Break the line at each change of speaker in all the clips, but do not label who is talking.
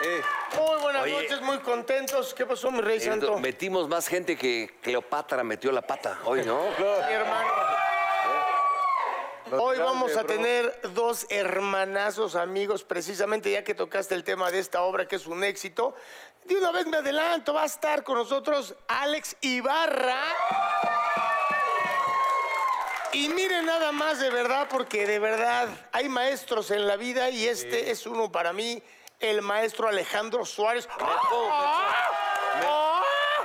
Eh,
Oye.
noches, eh. muy contentos. ¿Qué pasó, mi rey santo?
Santo, Metimos más gente que Cleopatra metió la pata hoy, ¿no?
Mi hermano. Hoy vamos a tener dos hermanazos amigos, precisamente ya que tocaste el tema de esta obra que es un éxito. De una vez me adelanto, va a estar con nosotros Alex Ibarra. Y miren nada más de verdad, porque de verdad hay maestros en la vida y este es uno para mí, el maestro Alejandro Suárez. Ah,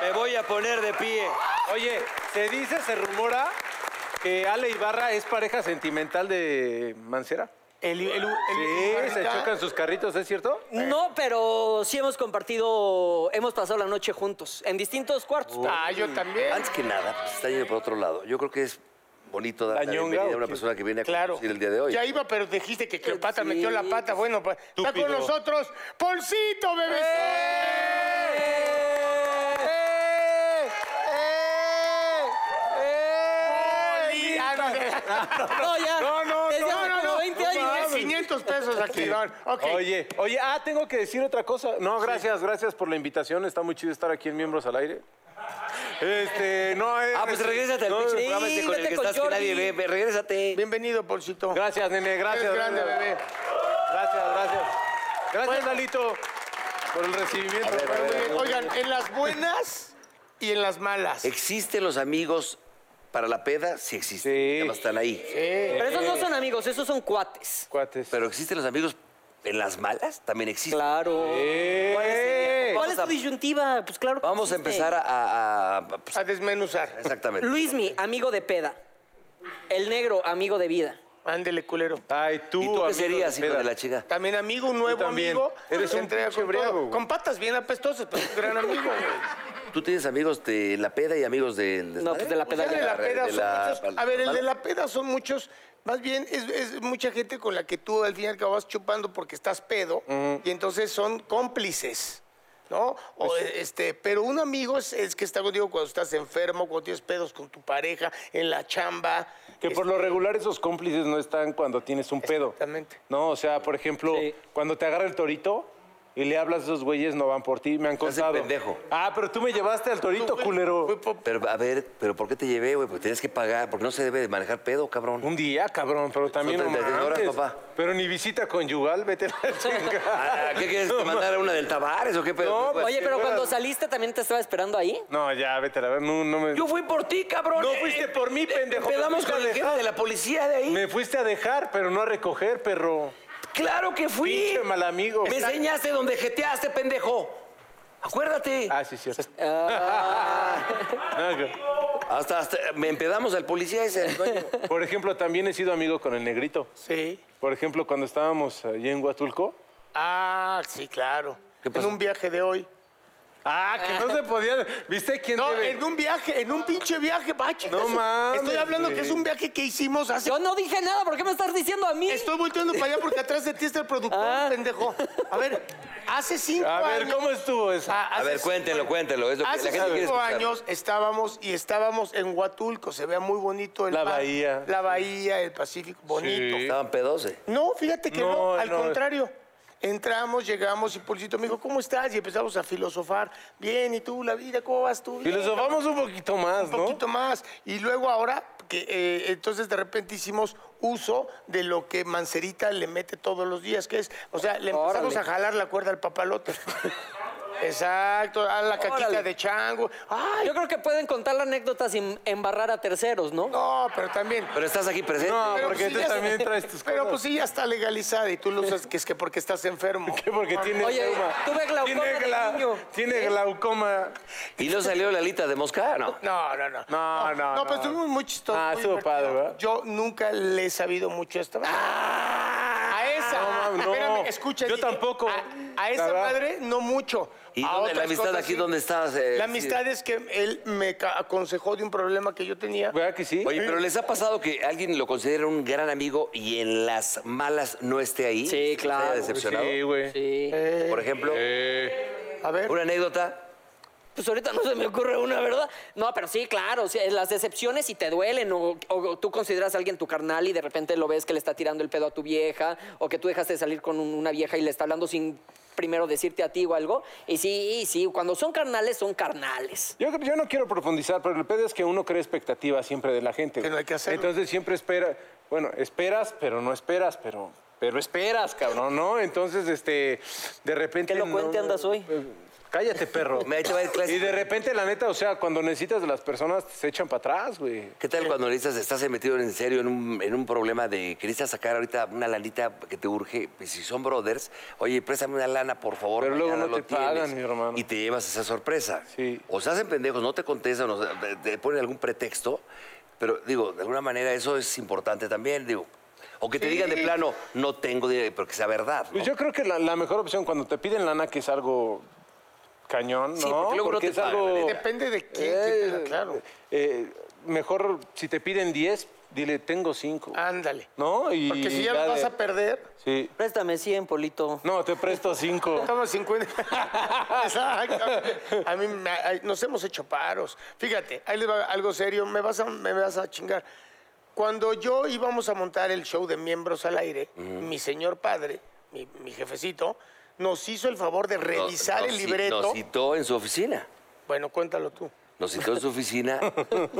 Me voy a poner de pie. Oye, se dice, se rumora que Ale Ibarra es pareja sentimental de Mancera.
El, el- el-
Sí,
el-
se chocan sus carritos, ¿es cierto?
No, pero sí hemos compartido, hemos pasado la noche juntos, en distintos cuartos.
Ah, yo también.
Antes que nada, pues, está yendo por otro lado. Yo creo que es bonito dar la,
¿La ñonga
bienvenida a
o
una
qué?
persona que viene a
Claro.
conducir el día de hoy.
Ya iba, pero dijiste que Cleopatra
Sí.
metió la pata. Bueno, pues, está con
Estúpido.
nosotros Polcito, bebé.
¡Eh! No, ya.
No, no,
desde hace
No,
como
no,
20 años.
500 pesos aquí, don. Ok.
Oye, oye, ah, tengo que decir otra cosa. No, gracias, gracias por la invitación. Está muy chido estar aquí en Miembros al Aire. Este, no es.
Ah, pues regrésate al
no,
pinche programa
sí,
este con el
vete
que
con
estás que
Jordi.
nadie ve. ve, Regrésate.
Bienvenido, Polcito.
Gracias, nene, gracias.
Eres grande,
gracias.
bebé.
Gracias, gracias. Gracias, Dalito, por el recibimiento.
Muy bien. Oigan, en las buenas y en las malas.
¿Existen los amigos para la peda? Sí existen.
Sí.
Ya no están ahí.
Eh,
Pero esos no son amigos, esos son cuates.
Cuates.
Pero ¿existen los amigos en las malas? También existen.
Claro.
Eh,
¿Cuál
Vamos
es tu
a-
disyuntiva? Pues claro. que
Vamos a
existe.
empezar a... a- a- pues,
A desmenuzar.
exactamente.
Luismi, amigo de peda. El negro, amigo de vida.
Ándele, culero.
Ay, tú.
¿Y tú
amigo
qué serías, hijo
peda?
de la chica?
También amigo, un nuevo
Tú también.
amigo.
Eres
Se
un
entrega
pinche
con,
briago,
todo.
güey.
con patas bien apestosas, pero un gran amigo. güey.
¿Tú tienes amigos de la peda y amigos del desmadre?
pues, de la
O sea,
peda
El de la
de
peda son
la- pues,
muchos. A ver, el de la peda son muchos. Más bien, es, es mucha gente con la que tú al fin y al cabo vas chupando porque estás pedo. Y entonces son cómplices, ¿no? O, este, pero un amigo es, es que está contigo cuando estás enfermo, cuando tienes pedos con tu pareja, en la chamba.
Que por lo regular esos cómplices no están cuando tienes un pedo.
Exactamente.
No, o sea, por ejemplo,
Sí.
cuando te agarra el torito y le hablas a esos güeyes, no van por ti, me han
Te hacen
contado.
pendejo.
Ah, pero tú me llevaste al torito,
Fui
culero.
por-
Pero, a ver, ¿pero por qué te llevé, güey? Porque tienes que pagar, porque no se debe de manejar pedo, cabrón.
Un día, cabrón, pero también no
36 horas,
mames.
papá.
Pero ni visita conyugal, vete a la
Ah,
chingada.
¿Qué quieres? ¿Te mandara una del Tavares o qué pedo?
No, Pues
Oye,
sí,
pero
fuera-
cuando saliste también te estaba esperando ahí.
No, ya, vete a la ver, no, no me...
Yo fui por ti, cabrón.
No fuiste por mí, pendejo.
Pedamos
Me
con el
fuiste a
jefe de la policía de ahí.
Me fuiste a dejar, pero no a recoger, perro.
Claro que fui.
Pinche mal amigo.
Me enseñaste donde jeteaste, pendejo. Acuérdate.
Ah, sí, cierto.
Ah.
Hasta, hasta me empedamos al policía ese. el dueño.
Por ejemplo, también he sido amigo con el negrito.
Sí.
Por ejemplo, cuando estábamos allí en Huatulco.
Ah, sí, claro.
¿Qué pasó?
En un viaje de hoy.
Ah, que no se podía. ¿Viste quién
No,
debe?
en un viaje, en un pinche viaje, bache.
No mames,
Estoy hablando que
güey.
es un viaje que hicimos hace.
Yo no dije nada, ¿por qué me estás diciendo a mí?
Estoy volteando para allá porque atrás de ti está el productor,
Ah.
pendejo. A ver, hace cinco
A ver,
años.
¿cómo estuvo eso?
Ah,
A
hace
ver,
cinco-
cuéntenlo, cuéntenlo. Es lo que la
Hace
gente quiere
cinco
escuchar.
años estábamos y estábamos en Huatulco. Se vea muy bonito el
La
mar,
bahía.
La bahía, el Pacífico, bonito.
Sí.
Estaban pedos. eh.
No, fíjate que no,
No,
al
no.
contrario. Entramos, llegamos y Pulsito me dijo, ¿cómo estás? Y empezamos a filosofar. Bien, ¿y tú, la vida? ¿Cómo vas tú? Bien,
Filosofamos un poquito más,
un
¿no?
poquito más. Y luego ahora, que, eh, entonces de repente hicimos uso de lo que Mancerita le mete todos los días, que es, o sea, le empezamos
Órale.
a jalar la cuerda al papalote. Exacto, a la caquita
Órale.
de chango. Ay,
Yo creo que pueden contar la anécdota sin embarrar a terceros, ¿no?
no, pero también.
Pero estás aquí presente.
No,
Pero
porque
sí
tú
ya-
también traes tus
Pero pues
cosas.
sí, ya está legalizada y tú lo usas que es que porque estás enfermo.
¿Qué? Porque tiene
Oye,
reuma.
tuve glaucoma
Tiene,
de niño.
tiene glaucoma.
¿Y no salió la alita de mosca? No.
No, no, no.
No, no,
No,
no.
pues estuvimos muy chistoso.
Ah,
muy
estuvo
divertido.
padre, ¿verdad?
Yo nunca le he sabido mucho esto. A esa.
Ah, No, no.
Espérame, escucha.
Yo
dije,
tampoco.
A, a esa
La verdad.
madre, no mucho.
¿Y
A
dónde-
otras
la amistad
cosas,
aquí, dónde estabas, eh,
la
sí?
amistad es que él me ca- aconsejó de un problema que yo tenía.
¿Verdad que sí?
Oye, pero ¿les ha pasado que alguien lo considera un gran amigo y en las malas no esté ahí?
Sí,
¿Te
claro.
haya decepcionado?
Sí, güey.
Sí.
Por ejemplo,
Eh, A ver,
una anécdota.
Pues ahorita no se me ocurre una, ¿verdad? No, pero sí, claro, sí, las decepciones si te duelen o, o tú consideras a alguien tu carnal y de repente lo ves que le está tirando el pedo a tu vieja o que tú dejaste de salir con un- una vieja y le está hablando sin primero decirte a ti o algo. Y sí, y sí, cuando son carnales, son carnales.
Yo, yo no quiero profundizar, pero el pedo es que uno crea expectativas siempre de la gente. güey.
Pero hay que hacerlo.
Entonces siempre espera, bueno, esperas, pero no esperas, pero pero esperas, cabrón, ¿no? Entonces, este, de repente...
¿Qué elocuente
no-
andas hoy?
Eh, Cállate, perro.
Me ahí te va el clásico.
y de repente, la neta, o sea, cuando necesitas de las personas, se echan para atrás, güey.
¿Qué tal cuando le dices, estás metido en serio en un, en un problema de que necesitas sacar ahorita una lanita que te urge? Pues si son brothers, oye, préstame una lana, por favor.
Pero luego
mañana
no
lo
te pagan,
tienes.
mi hermano.
Y te llevas esa sorpresa.
Sí.
O se hacen pendejos, no te contestan, o sea, te, te ponen algún pretexto. Pero digo, de alguna manera eso es importante también, digo. O que te digan de plano, no tengo dinero, pero que sea verdad. ¿no?
Pues yo creo que la, la mejor opción cuando te piden lana, que es algo cañón, ¿no?
Sí, porque luego no te
es
pagan,
algo-
la neta.
Depende de quién,
Eh,
qué tal, claro.
eh, mejor, si te piden 10, dile, tengo 5.
Ándale.
¿No? Y
Porque si ya lo
de-
vas a perder,
Sí.
Préstame 100, Polito.
No, te presto 5.
Estamos 50. Exacto. A mí me- ay, nos hemos hecho paros. Fíjate, ahí les va algo serio, me vas a, me vas a chingar. Cuando yo íbamos a montar el show de miembros al aire, mi señor padre, mi, mi jefecito, nos hizo el favor de
Nos-
revisar
nos
el
ci-
libreto.
Nos citó en su oficina.
Bueno, cuéntalo tú.
Nos citó en su oficina.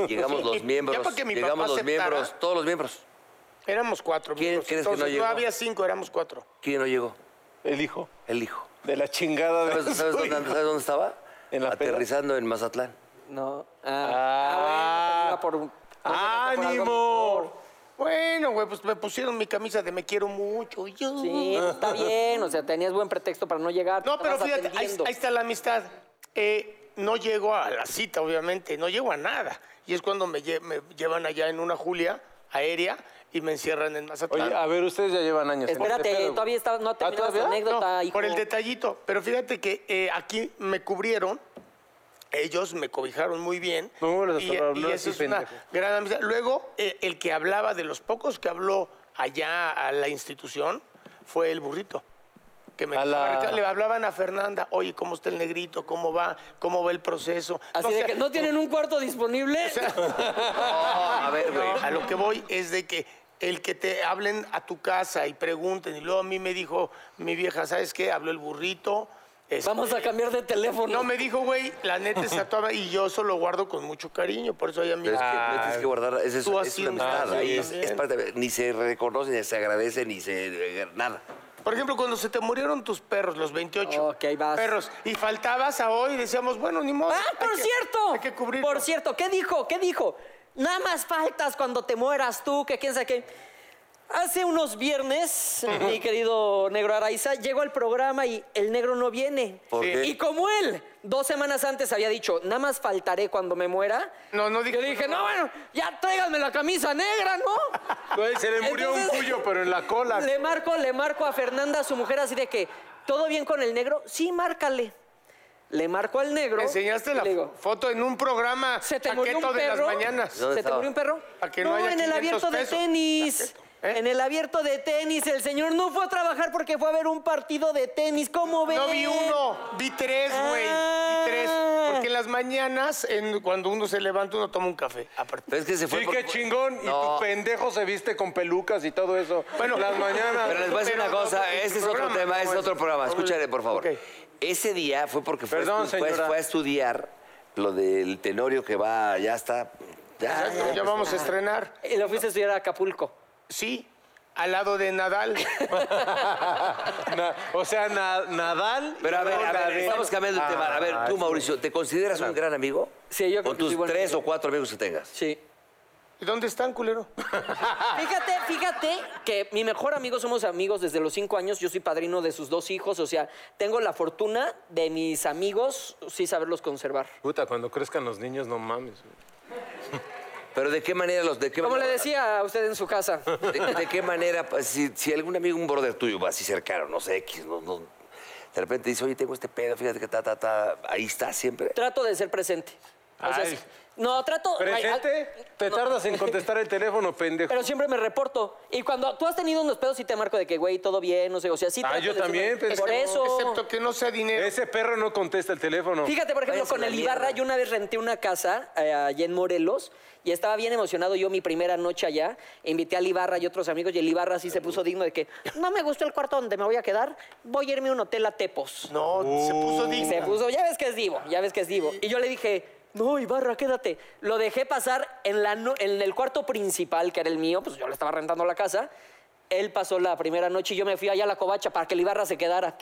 llegamos los miembros.
Ya para que mi
llegamos
papá
los
aceptara.
miembros, todos los miembros.
Éramos cuatro.
¿Quién
miembros,
crees que no
entonces,
llegó?
No había cinco, éramos cuatro.
¿Quién no llegó?
El hijo.
El hijo.
De la chingada de
¿Sabes, sabes
su
dónde,
hijo.
sabes dónde estaba?
¿En la peda?
Aterrizando en Mazatlán.
No.
Ah.
Ah, ah, bueno, pero iba por-
¡Ánimo!
Bueno, güey, pues me pusieron mi camisa de me quiero mucho. Yo.
Sí, está bien. O sea, tenías buen pretexto para no llegar.
No,
te
pero
estabas
fíjate, ahí,
atendiendo.
ahí está la amistad. Eh, no llego a la cita, obviamente, no llego a nada. Y es cuando me, lle- me llevan allá en una Julia aérea y me encierran en Mazatlán.
Oye, a ver, ustedes ya llevan años. en
Espérate,
este pedo, güey.
todavía está- no
¿Ah,
terminabas tu
todavía?
anécdota.
No,
está, hijo.
por el detallito. Pero fíjate que eh, aquí me cubrieron. Ellos me cobijaron muy bien.
No me vuelvas a
y,
hablar
y
así,
eso es una
pendejo.
gran amistad. Luego, eh, el que hablaba de los pocos que habló allá a la institución fue el burrito. Que me
A la-
le hablaban a Fernanda, oye, ¿cómo está el negrito? ¿Cómo va? ¿Cómo va el proceso?
Así
O sea,
de que no tienen un cuarto disponible.
a ver, güey.
Oh, a lo que voy es de que el que te hablen a tu casa y pregunten, y luego a mí me dijo mi vieja, ¿sabes qué? Habló el burrito. este,
Vamos a cambiar de teléfono.
Pues No, me dijo, güey, la neta está toda... Y yo eso lo guardo con mucho cariño, por eso hay
Pero
amigos
es que
que...
no tienes que guardar, es, es,
Tú
es
así,
una amistad,
ah, sí,
ahí es-
también.
es parte de- ni se reconoce, ni se agradece, ni se... eh, nada.
Por ejemplo, cuando se te murieron tus perros, los 28
Ok, ahí vas.
perros, y faltabas a hoy, decíamos, bueno, ni modo.
¡Ah, por
hay que-
cierto!
hay que cubrir.
Por cierto, ¿qué dijo? ¿Qué dijo? Nada más faltas cuando te mueras tú, que quién sabe qué. Hace unos viernes, mi querido negro Araiza llegó al programa y el negro no viene.
¿Por
Sí.
qué?
Y como él, dos semanas antes había dicho, nada más faltaré cuando me muera.
No, no
Yo
dije...
dije, no, bueno, ya tráiganme la camisa negra, ¿no?
Güey, se le murió un
Entonces-
cuyo, pero en la cola.
Le marco, le marco a Fernanda, su mujer, así de que, ¿todo bien con el negro? Sí, márcale. Le marco al negro.
Me enseñaste
y
la
le digo,
foto en un programa
¿se te murió
Paqueto
un
de las
perro?
mañanas.
¿Dónde
¿Se te
estaba?
murió un perro?
Para que no haya
en el
500
abierto de
pesos.
tenis.
¿Eh?
En el abierto de tenis, el señor no fue a trabajar porque fue a ver un partido de tenis. ¿Cómo ven?
No vi uno, vi tres, güey.
Ah.
Vi tres. Porque en las mañanas, en- cuando uno se levanta, uno toma un café. aparte.
Pero es que se fue
Sí,
por-
qué chingón. Y
No,
tu pendejo se viste con pelucas y todo eso.
Bueno.
las mañanas.
Pero les voy a decir
Pero
una
no,
cosa,
porque
este
tu
es otro
programa,
tema,
¿cómo
es
es?
otro programa. Escúchale, por favor.
Ok.
Ese día fue porque fue,
Perdón,
estu- fue-
señora.
fue a estudiar lo del Tenorio que va, ya está.
Ah,
Ya,
Exacto, ya vamos a estrenar.
Y lo fuiste a estudiar a Acapulco.
Sí, al lado de Nadal.
Na- o sea, na- Nadal.
Pero a ver, a ver,
Nadal.
estamos cambiando el tema. A
Ah,
ver, tú, Mauricio, ¿te consideras un gran amigo?
Sí, yo creo
Con
que sí,
tus
bueno,
tres
sí.
o cuatro amigos que tengas.
Sí.
¿Y ¿Dónde están, culero? Ah.
Fíjate, fíjate que mi mejor amigo somos amigos desde los cinco años. Yo soy padrino de sus dos hijos. O sea, tengo la fortuna de mis amigos, sí saberlos conservar.
Puta, cuando crezcan los niños, no mames. güey.
Pero ¿de qué manera los de qué
Como le decía a usted en su casa.
¿De, de qué manera? pues, Si, si algún amigo, un brother tuyo, así cercano, no sé, X, no, no, de repente dice, oye, tengo este pedo, fíjate que ta, ta, ta, ahí está siempre.
Trato de ser presente. O sea,
Ay.
sí. No, trato. ay, al-
¿Presente? Te
no.
tardas en contestar el teléfono, pendejo.
Pero siempre me reporto. Y cuando tú has tenido unos pedos, sí te marco de que, güey, todo bien, no sé. O sea, sí.
Ah,
trato
yo
de decirme,
también,
Por eso.
pendejo.
Excepto que pues, no sea dinero.
Ese perro no contesta el teléfono.
Fíjate, por ejemplo,
Váyanse a
con
la
el Ibarra,
mierda.
yo una vez renté una casa eh, allá en Morelos y estaba bien emocionado yo mi primera noche allá. Invité al Ibarra y otros amigos y el Ibarra sí se puso digno de que no me gustó el cuarto donde me voy a quedar, voy a irme a un hotel a Tepos.
No, se
Uh.
puso
Y
digno.
se puso, ya ves que es divo, ya ves que es divo. Y yo le dije, no, Ibarra, quédate. Lo dejé pasar en, la no- en el cuarto principal, que era el mío, pues yo le estaba rentando la casa. Él pasó la primera noche y yo me fui allá a la covacha para que el Ibarra se quedara.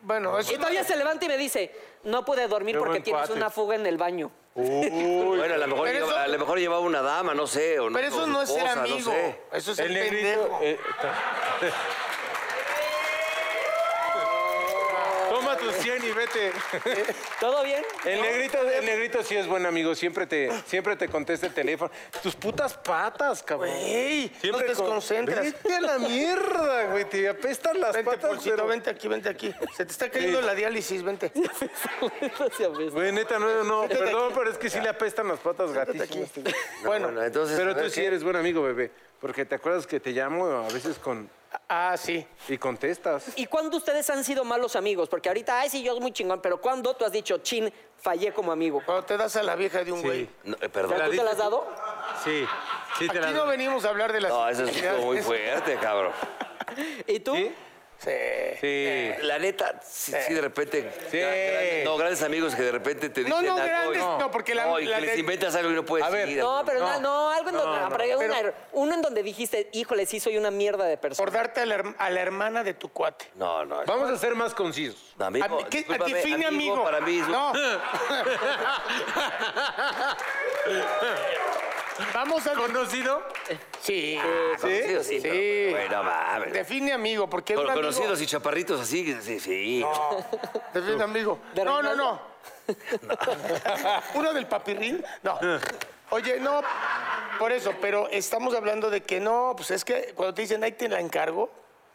Bueno, eso
Y todavía se levanta y me dice, no pude dormir
Qué
porque
buen
tienes
cuate.
una fuga en el baño.
Uh.
bueno, a lo, mejor
Pero
lleva-
eso-
a lo mejor llevaba una dama, no sé. O no,
Pero
o
eso
su
no es ser
esposa, no
amigo.
sé.
Eso es
el
ser pendejo.
negrito. eh, ta- Toma tus 100 y vete.
¿Todo bien?
El negrito, el negrito sí es buen amigo, siempre te, siempre te contesta el teléfono. Tus putas patas, cabrón.
Güey, no
Siempre
te
con-
desconcentras.
Vete a la mierda, güey, te apestan las
Vente,
patas.
Pulsito,
pero-
vente aquí, vente aquí. Se te está cayendo
Sí.
la diálisis, vente.
Gracias, pues.
Güey, neta, no, no, perdón, pero es que sí le apestan las patas gatísimas.
este
No,
Bueno,
entonces. a
Pero
ver
tú sí
qué-
eres buen amigo, bebé, porque te acuerdas que te llamo a veces con...
ah, sí.
y contestas.
¿Y cuándo ustedes han sido malos amigos? Porque ahorita, ay, sí, yo muy chingón, pero ¿cuándo tú has dicho, chin, fallé como amigo?
Cuando te das a la vieja de un güey.
No, eh, perdón.
¿Tú te
dices
las has dado?
Sí, sí te
Aquí
la
no venimos a hablar de las...
No, eso
infidelidades.
es muy fuerte, cabrón.
¿Y tú?
¿Sí?
Sí.
Sí.
La neta, sí,
Eh.
sí, de repente.
Sí.
grandes- no, grandes amigos que de repente te
No,
dicen.
no,
algo
grandes,
y-
no, porque la-
No, y
la
que les
de-
inventas algo y no puedes
A ver,
seguir.
No, pero na- no, algo en donde,
no,
pero hay una-
pero-
uno en donde dijiste, híjole, sí, soy una mierda de
Por
persona.
darte a la, her- a la hermana de tu cuate.
No, no.
Vamos a ser más concisos.
Amigo,
A mí- ¿qué- a
discúlpame,
define amigo.
Para mí es un-
No. Vamos a...
¿Conocido?
Sí.
conocido,
Sí.
sí. pero- Bueno, no mames.
Define amigo, porque
Con-
un amigo...
conocidos y chaparritos así, que- sí, sí. Ah,
Define amigo.
¿De
No, no, no.
Reinaldo?
¿Uno del papirrín? No. Oye, no, por eso, pero estamos hablando de que no, pues es que cuando te dicen, ahí te la encargo,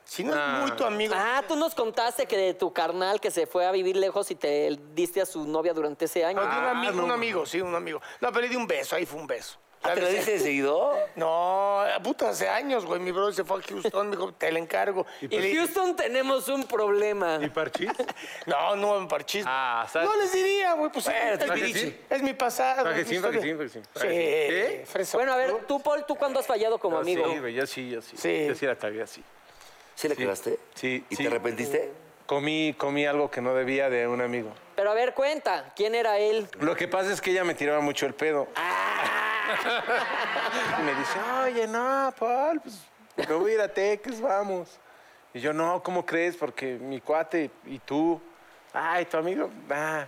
si no es muy tu amigo...
Ah, tú nos contaste que de tu carnal que se fue a vivir lejos y te diste a su novia durante ese año. Ah,
No, de un amigo,
no.
un amigo, sí, un amigo. No, pero le di un beso, ahí fue un beso.
Ah, ¿Te lo dice de seguido?
No, puta, hace años, güey. Mi brother se fue a Houston, me dijo, te la encargo. Y
pues,
le-
En Houston tenemos un problema.
¿Y parchís?
No, no, en parchís.
Ah, ¿sabes?
no les diría, güey, pues es,
¿para
mi-
que sí?
es mi pasado.
¿Para que
es mi
sí, para que
historia.
sí, para que sí, para
Sí,
que sí? ¿Eh?
fresa.
Bueno, a ver, tú, Paul, ¿tú cuándo has fallado como amigo?
Ah, Sí, güey, yo sí, yo sí.
Sí.
Yo sí la cagué así.
¿Sí le quedaste?
Sí,
¿Y
sí.
te arrepentiste?
Comí, comí algo que no debía de un amigo.
Pero a ver, cuenta, ¿quién era él?
Lo que pasa es que ella me tiraba mucho el pedo.
Ah.
Y me dice, oye, no, Paul, pues me voy a ir a Teques, vamos. Y yo, no, ¿cómo crees? Porque mi cuate y tú, ay, tu amigo, ah.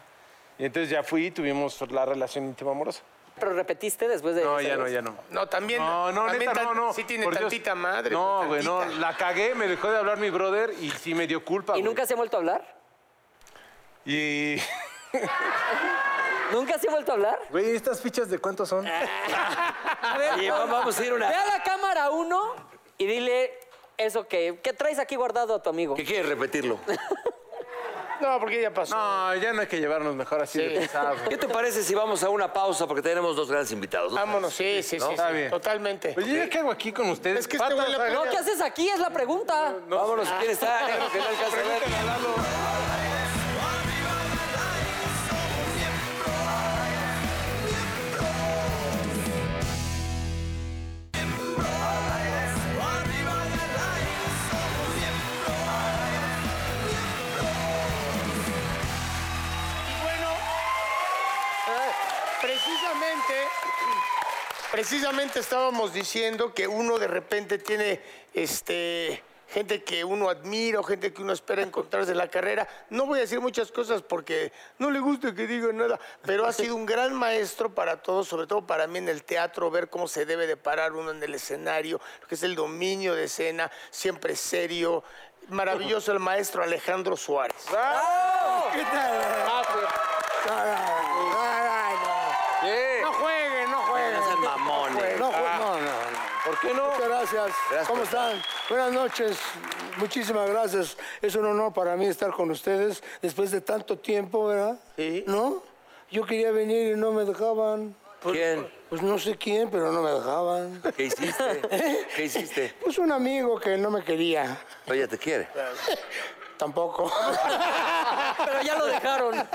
Y entonces ya fui y tuvimos la relación íntima amorosa.
¿Pero repetiste después de
No,
esa
ya no,
vez?
ya no.
No, también.
No, no,
también
neta,
tan-
no, no.
Sí tiene
por Dios.
tantita madre.
No,
pues,
güey, no.
tantita.
La cagué, me dejó de hablar mi brother y sí me dio culpa.
¿Y
güey.
nunca se han vuelto a hablar?
Y.
¿Nunca se han vuelto a hablar?
Güey, ¿estas fichas de cuántos son?
Ah.
A ver,
Oye,
Paul,
vamos- Ah, vamos a ir una-
Ve a la cámara uno y dile eso que, ¿qué traes aquí guardado a tu amigo?
¿Qué quieres repetirlo?
No, porque ya pasó.
No, ya no hay que llevarnos mejor así de pesados.
¿Qué te parece si vamos a una pausa? Porque tenemos dos grandes invitados. ¿no?
Vámonos, sí, sí, sí.
¿No?
sí,
Está bien.
Totalmente.
Oye, ¿yo ¿qué hago aquí con ustedes?
Es que este güey le-
agarra-
No, ¿qué haces aquí? Es la pregunta.
Vámonos, ¿quién está?
Ah,
Negro, que no alcanza a ver.
Y bueno, eh, precisamente, precisamente estábamos diciendo que uno de repente tiene este. Gente que uno admira o gente que uno espera encontrarse en la carrera. No voy a decir muchas cosas porque no le gusta que diga nada, pero ha sido un gran maestro para todos, sobre todo para mí en el teatro, ver cómo se debe de parar uno en el escenario, lo que es el dominio de escena, siempre serio. Maravilloso el maestro Alejandro Suárez.
¿Qué tal?
¿Qué?
No jueguen, no jueguen.
No sean mamones. Ah.
No, jue- no, no.
¿Por qué no?
Muchas gracias.
Gracias
¿Cómo
por
están? Buenas noches. Muchísimas gracias. Es un honor para mí estar con ustedes después de tanto tiempo, ¿verdad?
Sí.
¿No? Yo quería venir y no me dejaban.
¿Quién?
Pues no sé quién, pero no me dejaban.
¿Qué hiciste? ¿Qué hiciste?
Pues un amigo que no me quería.
Oye, te quiere.
Tampoco.
Pero ya lo dejaron.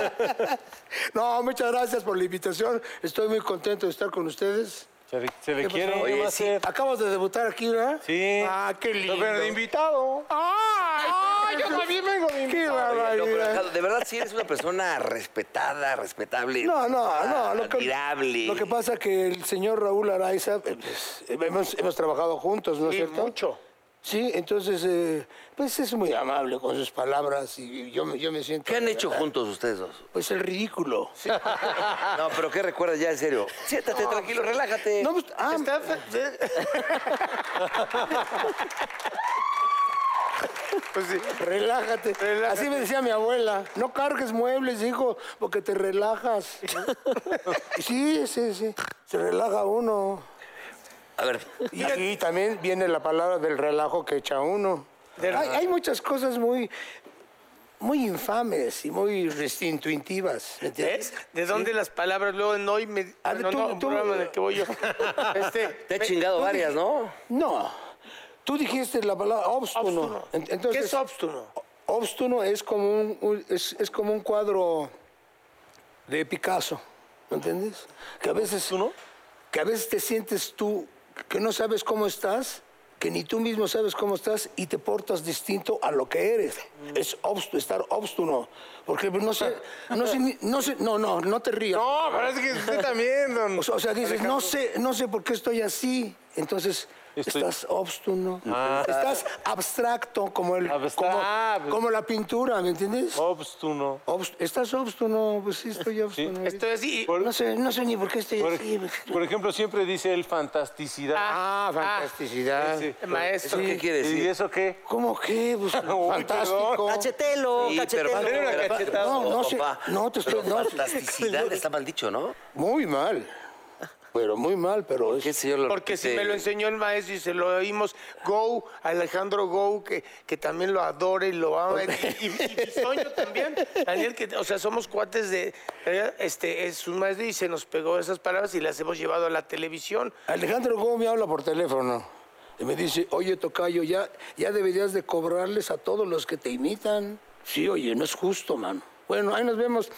No, muchas gracias por la invitación. Estoy muy contento de estar con ustedes.
Se le, se le
¿Qué
quiere.
pasó?
Oye,
¿qué va a
sí.
hacer?
Acabas de debutar aquí, ¿verdad?
Sí.
Ah, qué lindo.
Pero de invitado.
¡Ay! ¡Ay! Yo también vengo de ¡Qué
Oye, no, pero,
barbaridad!
Alejandro, de verdad sí eres una persona respetada, respetable.
No, no, no. Lo que,
Ah, admirable.
lo que pasa que el señor Raúl Araiza, eh, pues, hemos, hemos trabajado juntos, ¿no es cierto?
mucho.
Sí, entonces, eh, pues es muy amable con sus palabras y yo, me- yo me siento...
¿Qué han hecho juntos ustedes dos?
Pues el ridículo.
No, pero ¿qué recuerdas ya en serio? Siéntate tranquilo, relájate.
Ah. No, pues, ah,
Está fe-
pues sí, relájate. Así me decía mi abuela, no cargues muebles, hijo, porque te relajas. sí, sí, sí, se relaja uno.
A ver,
Y, y también viene la palabra del relajo que echa uno. Hay, hay muchas cosas muy, muy infames y muy rest- intuitivas. ¿me entiendes?
¿Ves? ¿De dónde las palabras luego no y me...
A ver,
no,
tú-
no, un
tú-
programa en el que voy yo. Este,
te he chingado varias, ¿no?
No, tú dijiste la palabra óbstuno.
Obstuno.
En- Entonces,
¿Qué es obstuno?
Óbstuno es como un, un- es, es como un cuadro de Picasso, ¿me entiendes? Que a veces que a veces te sientes tú que no sabes cómo estás, que ni tú mismo sabes cómo estás y te portas distinto a lo que eres. Es obstu- estar óbstuno, porque no sé, no sé, ni- no sé- no, no, no te rías.
No, parece que usted también, don.
O sea, o sea, dices, no sé, no sé por qué estoy así. Entonces,
Estoy- Ah.
estás obstuno. Estás abstracto, como, el,
Abstra-
como,
ah, pues- Oh.
como la pintura, ¿me entiendes?
Obstuno.
Obst- estás obstuno, pues sí, estoy obstuno.
Estoy así.
este, Por-
No sé, no sé ni por qué estoy
Por,
así. pues,
por ejemplo, siempre dice el fantasticidad.
Ah, fantasticidad.
sí.
Maestro.
¿Qué quiere
¿Y
decir?
eso qué?
¿Cómo qué? Pues,
Uy,
fantástico.
Cachetelo,
Sí, pero-
cachetelo.
pero-
una
pero-
cachetada.
No, no sé,
papá,
no te estoy-
pero
no.
Fantasticidad está mal dicho, ¿no?
Muy mal. Pero muy mal, pero
¿Qué
es...
señor lo
Porque si
repite?
me lo enseñó el maestro y se lo oímos, Go, Alejandro Go, que, que también lo adora y lo ama. Y, y Bisoño también. Daniel, que, o sea, somos cuates de. eh, Este, es un maestro y se nos pegó esas palabras y las hemos llevado a la televisión.
Alejandro Gómez me habla por teléfono y me dice, oye Tocayo, ya, ya deberías de cobrarles a todos los que te imitan. Sí, oye, no es justo, mano. Bueno, ahí nos vemos.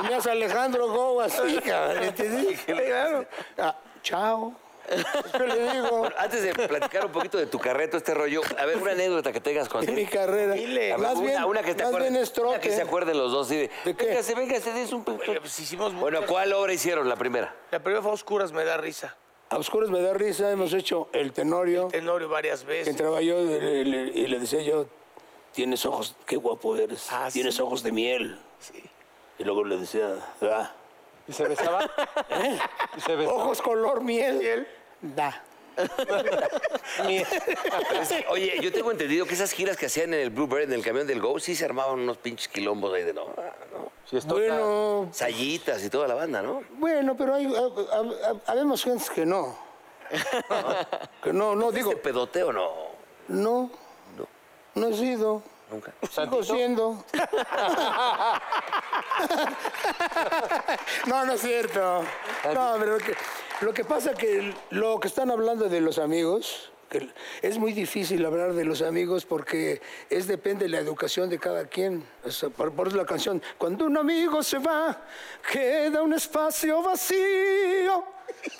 Y me hace Alejandro Go así, cabrón, ¿entendí? Claro. Ah, chao. Yo le digo,
Bueno, antes de platicar un poquito de tu carreto, este rollo, a ver, una anécdota que tengas con
de mi carrera.
A ver,
Más
una,
bien,
una que te
más
acuerdes.
bien es
una que
trote.
se acuerden los dos. sí, de,
¿De qué?
Véngase, véngase, des un
Eh, pues hicimos muchas.
Bueno, ¿cuál obra hicieron la primera?
La primera fue a Oscuras, me da risa.
A oscuras me da risa, hemos hecho el tenorio.
Tenorio varias
Que
veces.
entraba yo y le, le- y le decía yo, tienes ojos, qué guapo eres,
Ah, sí.
tienes ojos de miel. Y luego le decía, "Ah,
¿Y se besaba? ¿Y se besaba?
ojos color miel. Da.
Oye, yo tengo entendido que esas giras que hacían en el Bluebird, en el camión del Go, sí se armaban unos pinches quilombos ahí de no.
Bueno,
Sayitas y toda la banda, ¿no?
bueno, pero hay, hab- hab- habemos gente que no. que no, no digo,
¿Este pedote o no?
no, no he sido,
Nunca.
sigo siendo. no, no es cierto. No, pero lo que, lo que pasa que lo que están hablando de los amigos, que es muy difícil hablar de los amigos porque es depende de la educación de cada quien. O sea, por, por eso la canción, cuando un amigo se va, queda un espacio vacío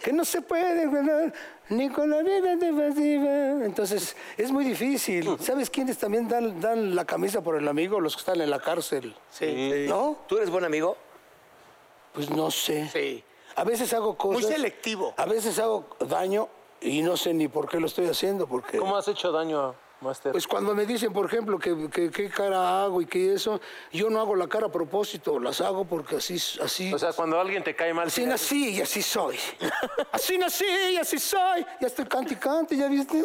que no se puede llenar ni con la vida de vacía. Entonces, es muy difícil. ¿Sabes quiénes también dan, dan la camisa por el amigo? Los que están en la cárcel.
Sí.
¿No?
¿Tú eres buen amigo?
Pues no sé.
Sí.
A veces hago cosas.
selectivo.
A veces hago daño y no sé ni por qué lo estoy haciendo. Porque,
¿Cómo has hecho daño, Master?
Pues cuando me dicen, por ejemplo, que, que- qué cara hago y que eso, yo no hago la cara a propósito, las hago porque así, así,
o sea, cuando alguien te cae mal.
así nací y así soy. Así nací y así soy. Ya estoy cante y cante, ya viste.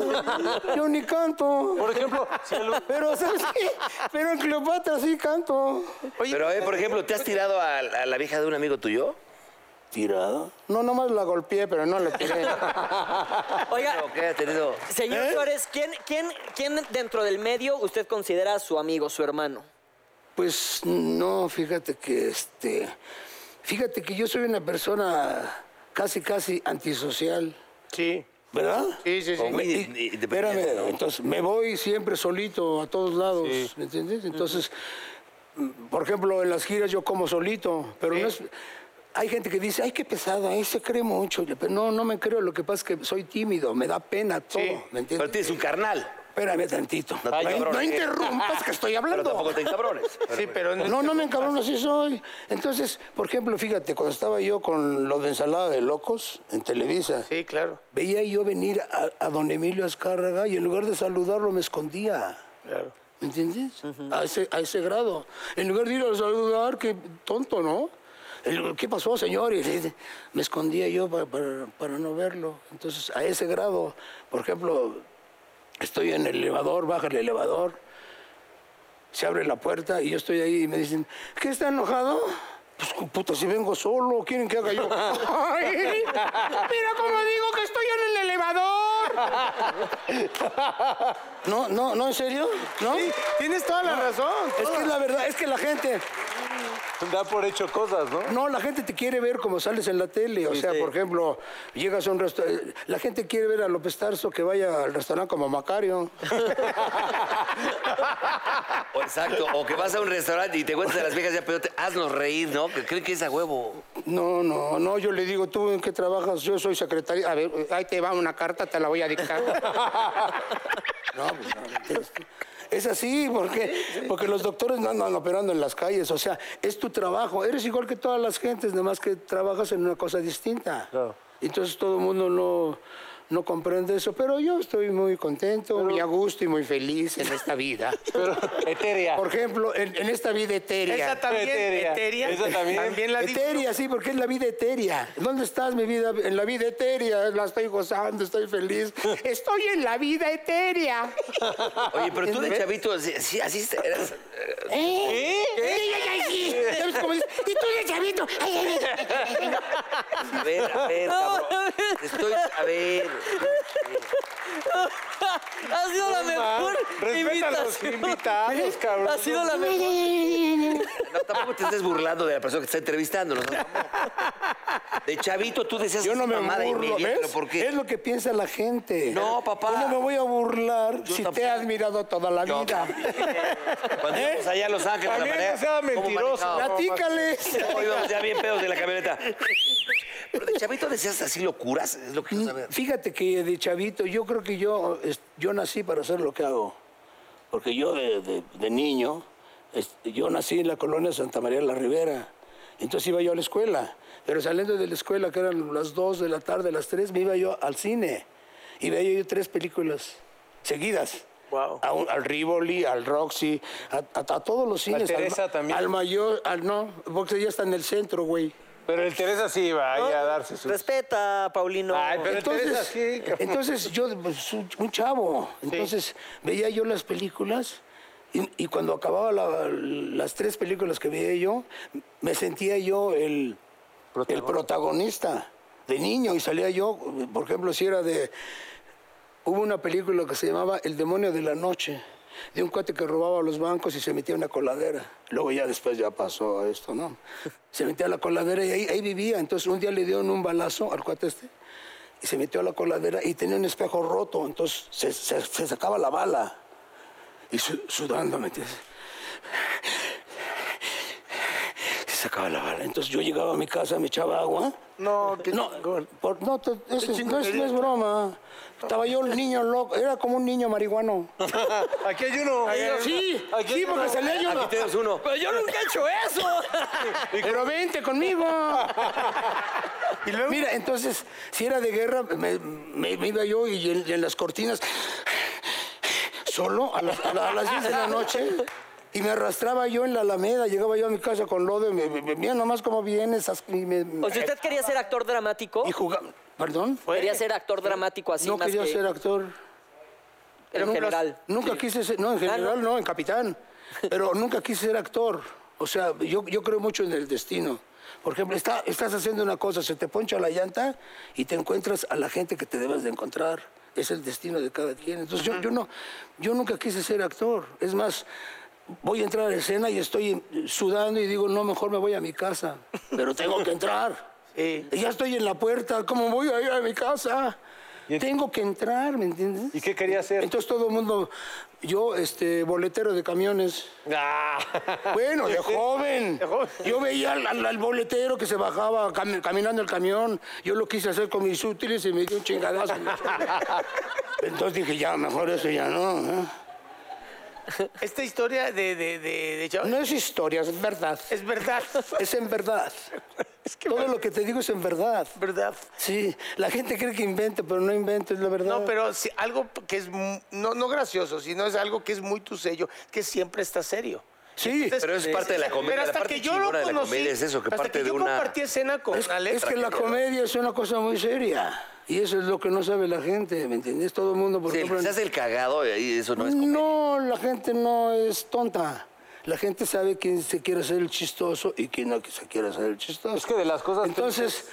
Yo ni canto.
Por ejemplo, si el-
Pero, ¿sabes qué? Pero en Cleopatra sí canto.
Pero, eh, por ejemplo, ¿te has tirado a, a la vieja de un amigo tuyo?
¿Tirado? No, nomás la golpeé, pero no la tiré.
Oiga,
¿O qué has tenido?
señor
¿eh?
Suárez, ¿quién, quién, ¿quién dentro del medio usted considera su amigo, su hermano?
Pues no, fíjate que este. Fíjate que yo soy una persona casi, casi antisocial,
Sí,
¿verdad?
sí, sí. sí.
Muy
Y-
in- independiente,
espérame,
¿no?
entonces me voy siempre solito a todos lados,
Sí.
¿me entiendes? Entonces, mm, por ejemplo, en las giras yo como solito, pero no es. Hay gente que dice, ay, qué pesado, ay, se cree mucho. Pero no, no me creo, lo que pasa es que soy tímido, me da pena todo, ¿me
Pero
entiendes?
tienes un carnal.
Espérame tantito.
No te
No in-
cabrones.
no interrumpas que estoy
Pero
hablando.
tampoco te encabrones.
Sí, pero no-
No, no me encabrono, así soy. Entonces, por ejemplo, fíjate, cuando estaba yo con lo de ensalada de locos en Televisa,
Sí, claro.
veía yo venir a, a don Emilio Azcárraga y en lugar de saludarlo me escondía.
claro.
¿Me entiendes? a, ese, a ese grado. En lugar de ir a saludar, qué tonto, ¿no? El- ¿Qué pasó, señor? Y le- me escondía yo pa- para, para no verlo. Entonces, a ese grado, por ejemplo, estoy en el elevador, baja el elevador, se abre la puerta y yo estoy ahí y me dicen, ¿qué está enojado? Pues cu- puta, si vengo solo, ¿quieren que haga yo? ¡Ay! ¡Mira cómo digo que estoy en el elevador! No, no, no, ¿en serio? ¿No?
Sí, tienes toda la razón.
Es que es la verdad, es que la gente,
Da por hecho cosas, ¿no?
no, la gente te quiere ver como sales en la tele. O sea, por ejemplo, llegas a un restaurante. La gente quiere ver a López Tarso que vaya al restaurante como Macario.
O- Exacto. O que vas a un restaurante y te cuentas a las viejas ya, pero te- haznos reír, ¿no? Que creen que es a huevo.
No, no, no, yo le digo, ¿tú en qué trabajas? Yo soy secretaria. A ver, ahí te va una carta, te la voy a dictar. no, pues no. es- Es así, porque, porque los doctores no andan operando en las calles. O sea, es tu trabajo. Eres igual que todas las gentes, nada más que trabajas en una cosa distinta.
Claro.
Entonces todo el mundo no, no comprende eso. Pero yo estoy muy contento, muy a gusto y muy feliz en esta vida.
Eteria.
Por ejemplo, en, en esta vida etérea.
Esa también,
Etérea.
etérea.
Esa también.
la dice.
Etérea, sí, porque es la vida etérea. ¿Dónde estás, mi vida? En la vida etérea. La estoy gozando, estoy feliz. Estoy en la vida etérea.
Oye, pero tú de chavito, así, así- así te- eras.
¿Eh? Ay, ay, ay, sí. ¿Sabes cómo dice? Y tú de chavito. Ay, ay, ay.
A ver, a ver, cabrón. Estoy. A ver.
Ha sido la mejor
Pues, Respeta a los
invitación.
invitados, cabrón.
Ha sido la mejor.
No, tampoco te estés burlando de la persona que está entrevistando. ¿no? De chavito, tú decías
Yo no
esa
me
mamada y
burlo,
media,
¿ves?
pero ¿por qué?
Es lo que piensa la gente.
No, papá.
¿Cómo me voy a burlar si
tampoco.
te he admirado toda la
Yo
vida?
Cuando íbamos allá a Los Ángeles, la
También
manera-
no sea
¿cómo
mentiroso.
manejábamos?
Platícales.
No, íbamos ya bien pedos de la camioneta. Pero de chavito decías así locuras, es lo que quiero saber.
Fíjate que de chavito, yo creo que yo, es- yo nací para hacer lo que hago. Porque yo de, de- de niño, es- yo nací en la colonia Santa María la Ribera. Entonces iba yo a la escuela. Pero saliendo de la escuela, que eran las 2 de la tarde, las 3, me iba yo al cine. Y veía yo tres películas seguidas. A un- al Rivoli, al Roxy, a, a- a todos los cines. ma-
Teresa también.
Al mayor, al no, porque ya está en el centro, güey.
Pero el Teresa sí va ahí a darse su.
Respeta, Paulino.
Ay, pero el Teresa
Entonces,
sí, cabrón.
entonces yo, pues, un un chavo, entonces veía yo las películas y, y cuando acababa la- las tres películas que veía yo, me sentía yo el protagonista. el protagonista de niño y salía yo, por ejemplo, si era de... Hubo una película que se llamaba El demonio de la noche, de un cuate que robaba los bancos y se metía en una coladera. Luego ya después ya pasó esto, ¿no? Se metía a la coladera y ahí, ahí vivía. Entonces un día le dieron un balazo al cuate este y se metió a la coladera y tenía un espejo roto, entonces se, se- se sacaba la bala y su- sudando, ¿me entiendes? Se sacaba la bala. Entonces yo llegaba a mi casa, me echaba agua.
No, que
No, por- no, te- eso es- no, es, no es
chingonería.
broma. Estaba yo el niño loco, era como un niño marihuano.
Aquí hay uno.
Sí,
Aquí
sí, porque salía yo.
Aquí tenemos uno.
Pero yo nunca he hecho eso.
Pero vente conmigo. Mira, entonces, si era de guerra, me, me- me iba yo y en, y en las cortinas, solo a las, a la- a las 10 de la noche. Y me arrastraba yo en la alameda, llegaba yo a mi casa con lodo y me, me- me- mira nomás cómo vienes. as- Y, me,
O si usted quería ser actor dramático,
y jugaba. ¿Perdón?
¿eh?
quería ser actor dramático así
no
más
quería
que-
ser actor.
pero en
Nunca-
general.
Nunca quise ser, no, en general no. en capitán. Pero nunca quise ser actor. O sea, yo, yo creo mucho en el destino. Por ejemplo, está- estás haciendo una cosa, se te poncha la llanta y te encuentras a la gente que te debes de encontrar. Es el destino de cada quien. Entonces yo, yo no, yo nunca quise ser actor. Es más, voy a entrar a escena y estoy sudando y digo, no, mejor me voy a mi casa. Pero tengo que entrar.
Sí.
Ya estoy en la puerta, ¿cómo voy a ir a mi casa?
Y ent-
Tengo que entrar, ¿me entiendes?
¿Y qué quería hacer?
Entonces todo el mundo, yo, este, boletero de camiones.
Ah.
Bueno, de joven. Yo veía al, al- al boletero que se bajaba cami- caminando el camión. Yo lo quise hacer con mis útiles y me dio un chingadazo. Entonces dije, ya, mejor eso ya no. ¿eh?
Esta historia de, de, de, de Chava-
No es historia, es verdad.
es verdad.
Es en verdad.
Es que
Todo lo que te digo es en verdad.
verdad.
Sí, la gente cree que invento, pero no invento, es la verdad.
No, pero si- algo que es mu- no, no gracioso, sino es algo que es muy tu sello, que siempre está serio.
Sí,
Pero es parte de la comedia,
Pero
la
hasta
parte
que yo lo
chingona de la
conocí,
comedia es eso, que
hasta
parte
que
de
yo
una-
compartí escena con
es,
Alex.
es que la comedia es una cosa muy seria. Y eso es lo que no sabe la gente, ¿me entiendes? Todo el mundo, por
Si el
ejemplo...
que se hace el cagado, eh, ahí eso no es comedia.
No, la gente no es tonta. La gente sabe quién se quiere hacer el chistoso y quién no se quiere hacer el chistoso.
Es que de las cosas que-
Entonces,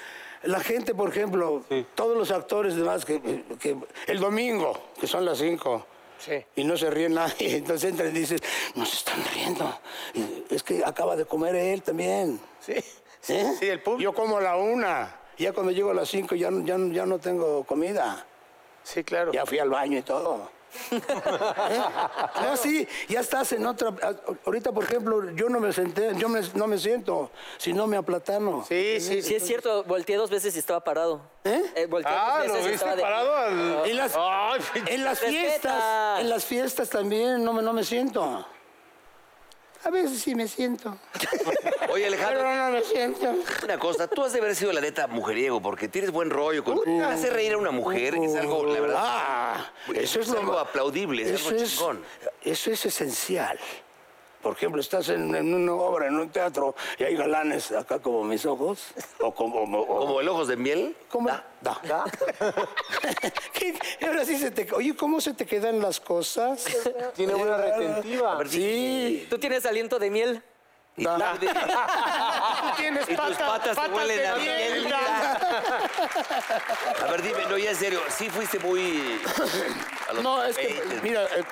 la gente, por ejemplo, todos los actores demás, que, que el domingo, que son las 5.
Sí.
Y no se ríe nadie. Entonces entran y dices, no se están riendo. Y Es que acaba de comer él también.
Sí, sí,
¿Eh?
sí, el público.
Yo como a la una. Ya cuando llego a las 5 ya, no- ya, no- ya no tengo comida.
Sí, claro.
Ya fui al baño y todo. ¿Eh? No, sí, ya estás en otra. a- Ahorita, por ejemplo, yo no me senté, yo me- no me siento, si no me aplatano.
Sí, sí,
Sí,
sí.
es cierto, volteé dos veces y estaba parado.
¿Eh?
volteé
Ah,
dos
¿lo
veces y
viste
estaba de-
parado al...?
En las,
Ay, pinche-
en las
Respeta.
fiestas, en las fiestas también no me, no me siento. A veces sí me siento,
Oye, Alejandro,
pero no me siento.
una cosa, tú has de haber sido la neta mujeriego, porque tienes buen rollo. Con... Hace reír a una mujer es algo, la verdad,
Ah, eso es,
es
lo
algo
ma-
aplaudible, es algo chingón.
eso es esencial. Por ejemplo, estás en, en una obra, en un teatro, y hay galanes acá como mis ojos, o como... o-
como el ojos de miel.
¿Cómo? Da. ¿Qué? Ahora sí se te... Oye, ¿cómo se te quedan las cosas?
Tiene una retentiva.
Sí.
Tú tienes aliento de miel.
Da.
Tienes
Y tus patas te huelen a miel. A ver, dime, no, ya en serio, sí fuiste muy... a los
No, es que,
20.
mira, eh,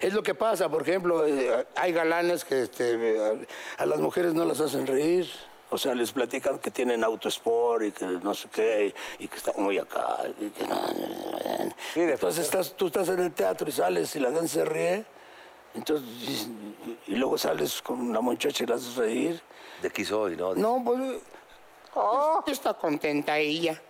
es lo que pasa. Por ejemplo, eh, hay galanes que este, eh, a a las mujeres no las hacen reír. O sea, les platican que tienen autosport y que no sé qué, y que están muy acá. y que no- Entonces estás, tú estás en el teatro y sales y la gente se ríe. Entonces, y, y luego sales con la muchacha y la haces reír.
De aquí soy, ¿no?
No, pues... Está contenta ella.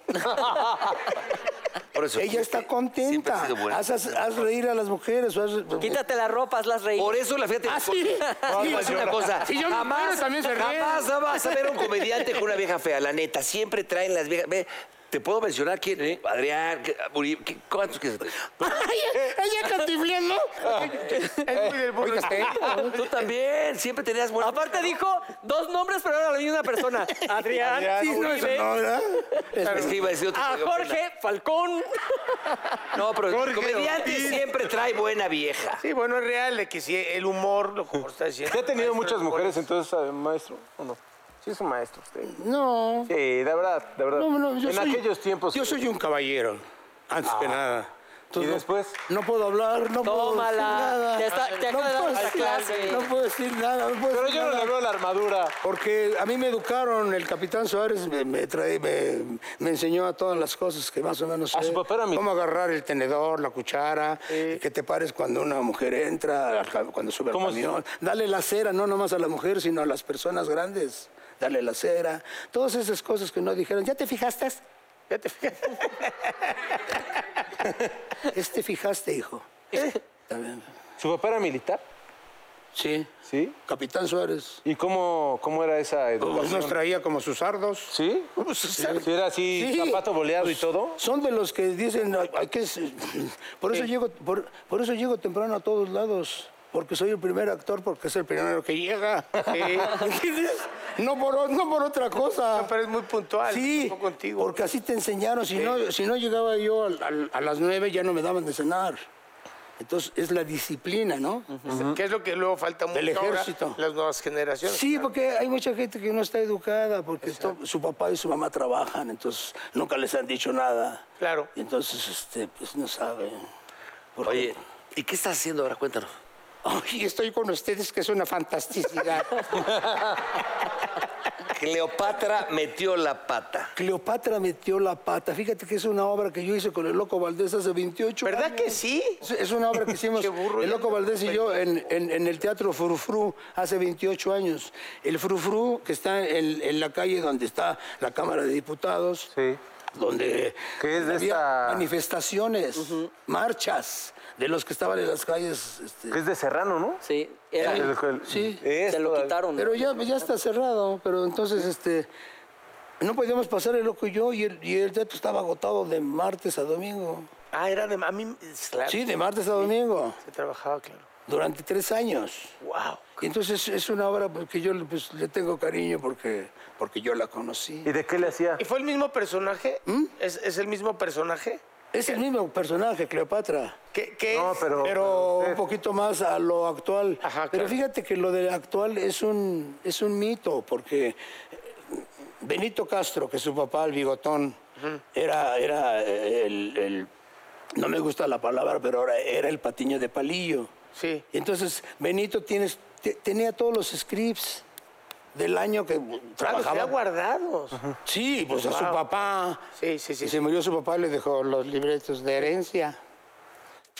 Por eso,
Ella está
siempre- siempre has
contenta.
sido buena.
Haz, haz- haz reír a las mujeres. o haz-
Quítate la ropa, hazlas reír.
Por eso la fíjate.
Ah, sí.
Te voy a decir una cosa.
Si yo me muero, también se ríen.
jamás vas a ver a un comediante con una vieja fea, la neta. Siempre traen las viejas. Ve, te puedo mencionar quién, Adrián, que- Uribe, que- ¿cuántos que se te-
Ella cantifleando.
Es muy del burro.
Tú también, siempre tenías buena.
Aparte dijo dos nombres, pero era la misma persona. Adrián,
Sí, no, eso
Uribe,
no, ¿verdad?
es que iba a decir otro
a
que-
Jorge Falcón.
No, pero el
Jorge
comediante
Ortiz.
siempre trae buena vieja.
Sí, bueno, es real, de que sí, el humor, lo como está diciendo.
¿Ya ha tenido
maestro,
muchas mujeres entonces, eh, maestro? ¿O no? Sí, es un maestro usted.
No.
Sí, de verdad, de verdad.
No, no, yo
en
soy-
aquellos tiempos.
Yo soy un caballero, antes que nada. Entonces,
¿Y después?
No puedo hablar, no puedo decir
Tómala.
nada.
Te está- te
no,
acaba de
puedo
dar
decir,
clase.
no puedo decir nada. no puedo
Pero
decir
yo no
nada.
le veo la armadura.
Porque a mí me educaron, el capitán Suárez me, me trae- me- me enseñó a todas las cosas que más o menos
A su papá era mi-
Cómo agarrar el tenedor, la cuchara, que te pares cuando una mujer entra, al ca- cuando sube al
¿Cómo se-
camión. Dale la cera, no nomás a la mujer, sino a las personas grandes. Dale la cera. Todas esas cosas que no dijeron. ¿Ya te fijaste?
Ya te fijas.
Este fijaste, hijo. Está bien.
¿Su papá era militar?
Sí.
Sí.
Capitán Suárez.
¿Y cómo, cómo era esa
Pues
educación?
nos traía como sus sardos.
¿Sí? ¿Sí era así,
Sí. pues,
zapato boleado y todo?
Son de los que dicen, "Ay, ay, ¿qué es?". por eso llego, por, por eso llego temprano a todos lados, porque soy el primer actor, porque es el primero que llega. ¿Entiendes? No por, o- no por otra cosa.
No, pero es muy puntual,
Sí,
estoy contigo.
porque así te enseñaron. Si, no, si no llegaba yo al- al- a, las nueve, ya no me daban de cenar. Entonces, es la disciplina, ¿no?
¿Qué es lo este, que luego falta mucho
Del
ahora,
ejército.
las nuevas generaciones?
Sí, porque hay mucha gente que no está educada, porque to- su papá y su mamá trabajan, entonces nunca les han dicho nada.
Claro.
Y entonces, este, pues no saben. Por-
Oye, ¿y qué estás haciendo ahora? Cuéntanos.
Ay, estoy con ustedes, que es una fantasticidad.
Cleopatra metió la pata.
Cleopatra metió la pata. Fíjate que es una obra que yo hice con el Loco Valdés hace 28
¿Verdad
años.
que sí?
Es- Es una obra que hicimos
Qué burro,
el
ya
Loco
no.
Valdés y yo en, en- en el Teatro Frufru hace 28 años. El Frufru, que está en, en la calle donde está la Cámara de Diputados,
Sí.
donde
Que es de
había
esta-
manifestaciones, marchas de los que estaban en las calles. este,
Es de Serrano, ¿no?
Sí, era-
El- el-
Sí.
es
se lo
toda-
quitaron.
Pero ya, ya está cerrado, pero entonces este no podíamos pasar el loco y yo y el, y el teatro estaba agotado de martes a domingo.
Ah, era de... A mí...
Ah.
claro,
Sí, de martes a domingo,
Se trabajaba, claro.
durante tres años.
Wow.
Y entonces es una obra pues, que yo le- pues, le tengo cariño porque, porque yo la conocí.
¿Y de qué le hacía?
¿Y fue el mismo personaje?
¿Mm?
¿Es, es el mismo personaje?
Es el mismo personaje, Cleopatra.
¿Qué, qué
No,
es?
pero.
pero
usted-
un poquito más a lo actual.
Ajá,
Pero
claro.
fíjate que lo del actual es un, es un mito, porque Benito Castro, que su papá, el bigotón, era, era el, el- no me gusta la palabra, pero ahora era el patiño de palillo.
Sí.
Entonces, Benito tienes, te- tenía todos los scripts del año que
Ah, los
trabajaba.
tenía guardados.
Sí, pues a su
Wow.
papá.
Sí, sí, sí.
Y se murió su papá y le dejó los libretos de herencia.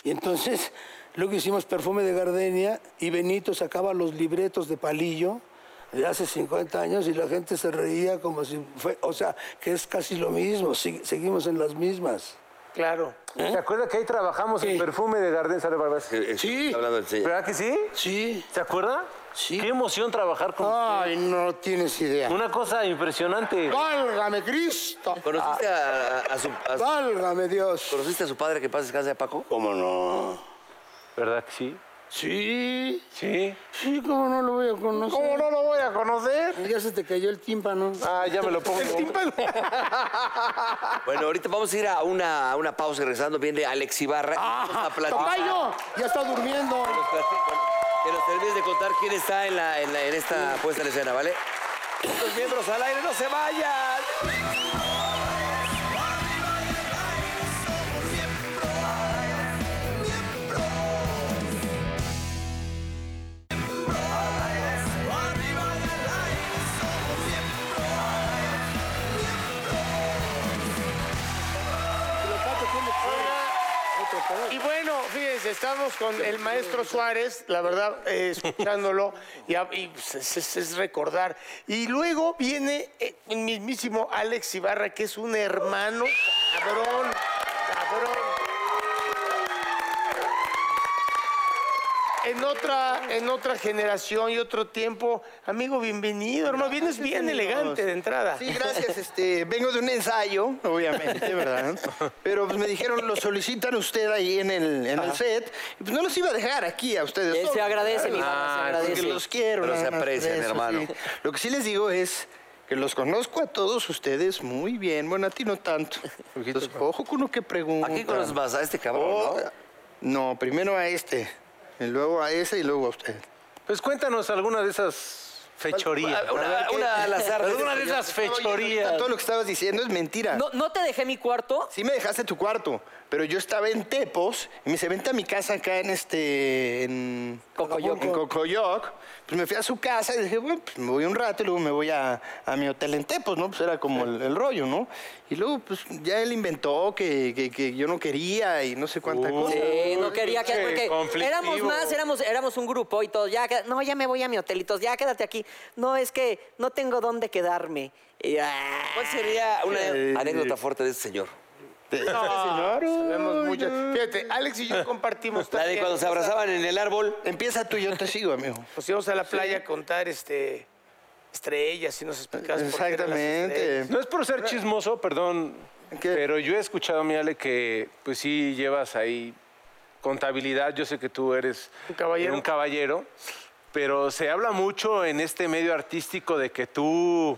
Y entonces, luego hicimos Perfume de Gardenia y Benito sacaba los libretos de palillo de hace 50 años y la gente se reía como si fue, o sea, que es casi lo mismo, sig- seguimos en las mismas.
Claro.
¿Se acuerda que ahí trabajamos en
Sí.
perfume de Gardens Barras?
Eh, eh,
Sí.
está Hablando del señor.
¿Verdad que sí?
Sí.
¿Se acuerda?
Sí.
Qué emoción trabajar con
Ay, no tienes idea.
Una cosa impresionante.
¡Válgame Cristo! Ah,
¿Conociste a, a su, a su-
¡Válgame Dios!
¿Conociste a su padre que pasa descansa de Paco?
¿Cómo no?
¿Verdad que sí?
Sí,
Sí.
sí, ¿cómo no lo voy a conocer?
¿Cómo no lo voy a conocer?
Ya se te cayó el tímpano.
Ah, ya me lo pongo.
Bueno, ahorita vamos a ir a una, a una pausa y regresando viene Alex Ibarra. Ah,
¡Tocayo! Ya está durmiendo.
Que nos termines de contar quién está en, la, en, la- en esta puesta en escena, ¿vale? Los miembros al aire, no se vayan.
Y bueno, fíjense, estamos con el maestro Suárez, la verdad, eh, escuchándolo, y, a- y, pues, es, es- es recordar. Y luego viene eh, el mismísimo Alex Ibarra, que es un hermano cabrón, cabrón. En otra, en otra generación y otro tiempo. Amigo, bienvenido, hermano. Vienes bien elegante de entrada.
Sí, gracias. Este, vengo de un ensayo, obviamente, ¿verdad? Pero pues, me dijeron, lo solicitan usted ahí en el, en el set. Y pues no los iba a dejar aquí a ustedes.
Eh, se
solos,
agradece, mi Ibarra, se
Ah,
agradece.
Porque los quiero.
Pero
nada
se
más por
aprecian,
eso,
hermano.
sí. Lo que sí les digo es que los conozco a todos ustedes muy bien. Bueno, a ti no tanto. Entonces,
pues.
ojo con lo que preguntan.
¿A quién conoces más? A este cabrón,
Oh,
¿no?
No, primero a este, y luego a ese y luego a usted.
Pues cuéntanos alguna de esas fechorías.
Una, una al azar. este
Alguna de esas fechorías.
Todo lo que estabas diciendo es mentira.
No, no te dejé mi cuarto.
Sí me dejaste tu cuarto, pero yo estaba en Tepos y me dice, vente a mi casa acá en este... En
Cocoyoc.
en Cocoyoc. Pues me fui a su casa y dije, bueno, pues me voy un rato y luego me voy a, a mi hotel en Tepos, ¿no? Pues era como el, el rollo, ¿no? Y luego, pues ya él inventó que, que- que yo no quería y no sé cuánta
Uh.
cosa.
Sí, no quería que.
che,
Porque
conflictivo.
éramos más, éramos, éramos un grupo y todos. Ya, queda- no, ya me voy a mi hotelitos, ya quédate aquí. No, es que no tengo dónde quedarme. Y, ah.
¿Cuál sería una anécdota fuerte de este señor?
Sabemos mucho. Fíjate, Alex y yo compartimos
La de
también.
cuando se abrazaban en el árbol.
Empieza tú y yo te sigo, amigo.
Nos Pues íbamos a la playa a contar este, estrellas y nos explicabas por qué eran las
Exactamente.
estrellas.
No es por ser chismoso, perdón,
¿Qué?
pero yo he escuchado, mi Ale, que pues sí llevas ahí contabilidad. Yo sé que tú eres
Un caballero.
un caballero, pero se habla mucho en este medio artístico de que tú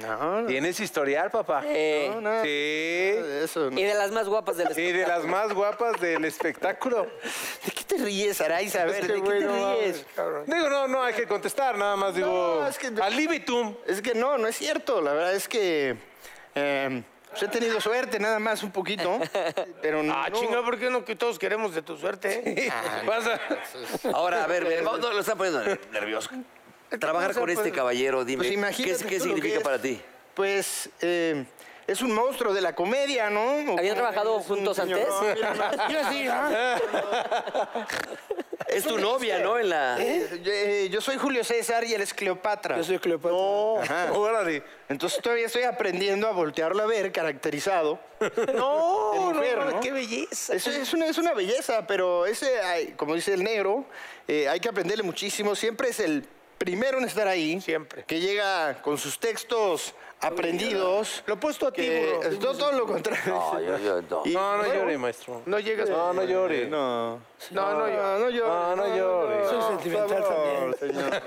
No, no,
tienes historial, papá.
Eh,
no, no.
Sí.
De eso, no.
y de las más guapas del
Sí, de las más guapas del espectáculo.
¿De qué te ríes, Araiza? A ver,
Es que,
¿de qué
güey,
te
no mames,
ríes?
cabrón.
Digo, no, no hay que contestar, nada más digo.
es que-
Al libitum.
Es que no, no es cierto. La verdad es que eh, Pues he tenido suerte, nada más un poquito. Pero no.
Ah, chinga, ¿por qué no que todos queremos de tu suerte? ¿eh?
Pasa.
Ahora, a ver, ve, vamos, no, lo están poniendo nervioso. Trabajar
pasa,
con este
pues?
caballero, dime,
Pues
¿qué, qué
imagínate tú lo que
significa
es.
para ti?
Pues eh, es un monstruo de la comedia, ¿no? ¿O
¿Habían
cómo?
trabajado
Es un
juntos antes?
señorón.
Mira, sí, ¿ah?
Es tu novia, ¿no? En la...
Eh, yo, eh, yo soy Julio César y él es Cleopatra.
Yo soy Cleopatra.
Ajá.
Órale.
Entonces todavía estoy aprendiendo a voltearlo a ver caracterizado.
No,
De
no,
mujer,
no,
¿no?
qué belleza.
Es, es una, es una belleza, pero ese, ay, como dice el negro, eh, hay que aprenderle muchísimo. Siempre es el primero en estar ahí.
Siempre.
Que llega con sus textos aprendidos.
Lo he puesto a ti,
que-
burro.
es todo, todo lo contrario.
No, yo, yo, no.
Y-
No, no llore, maestro.
No llegas.
No, no llore.
No,
No, no, yo-
no llores.
No, no llores.
Soy sentimental también.
señor.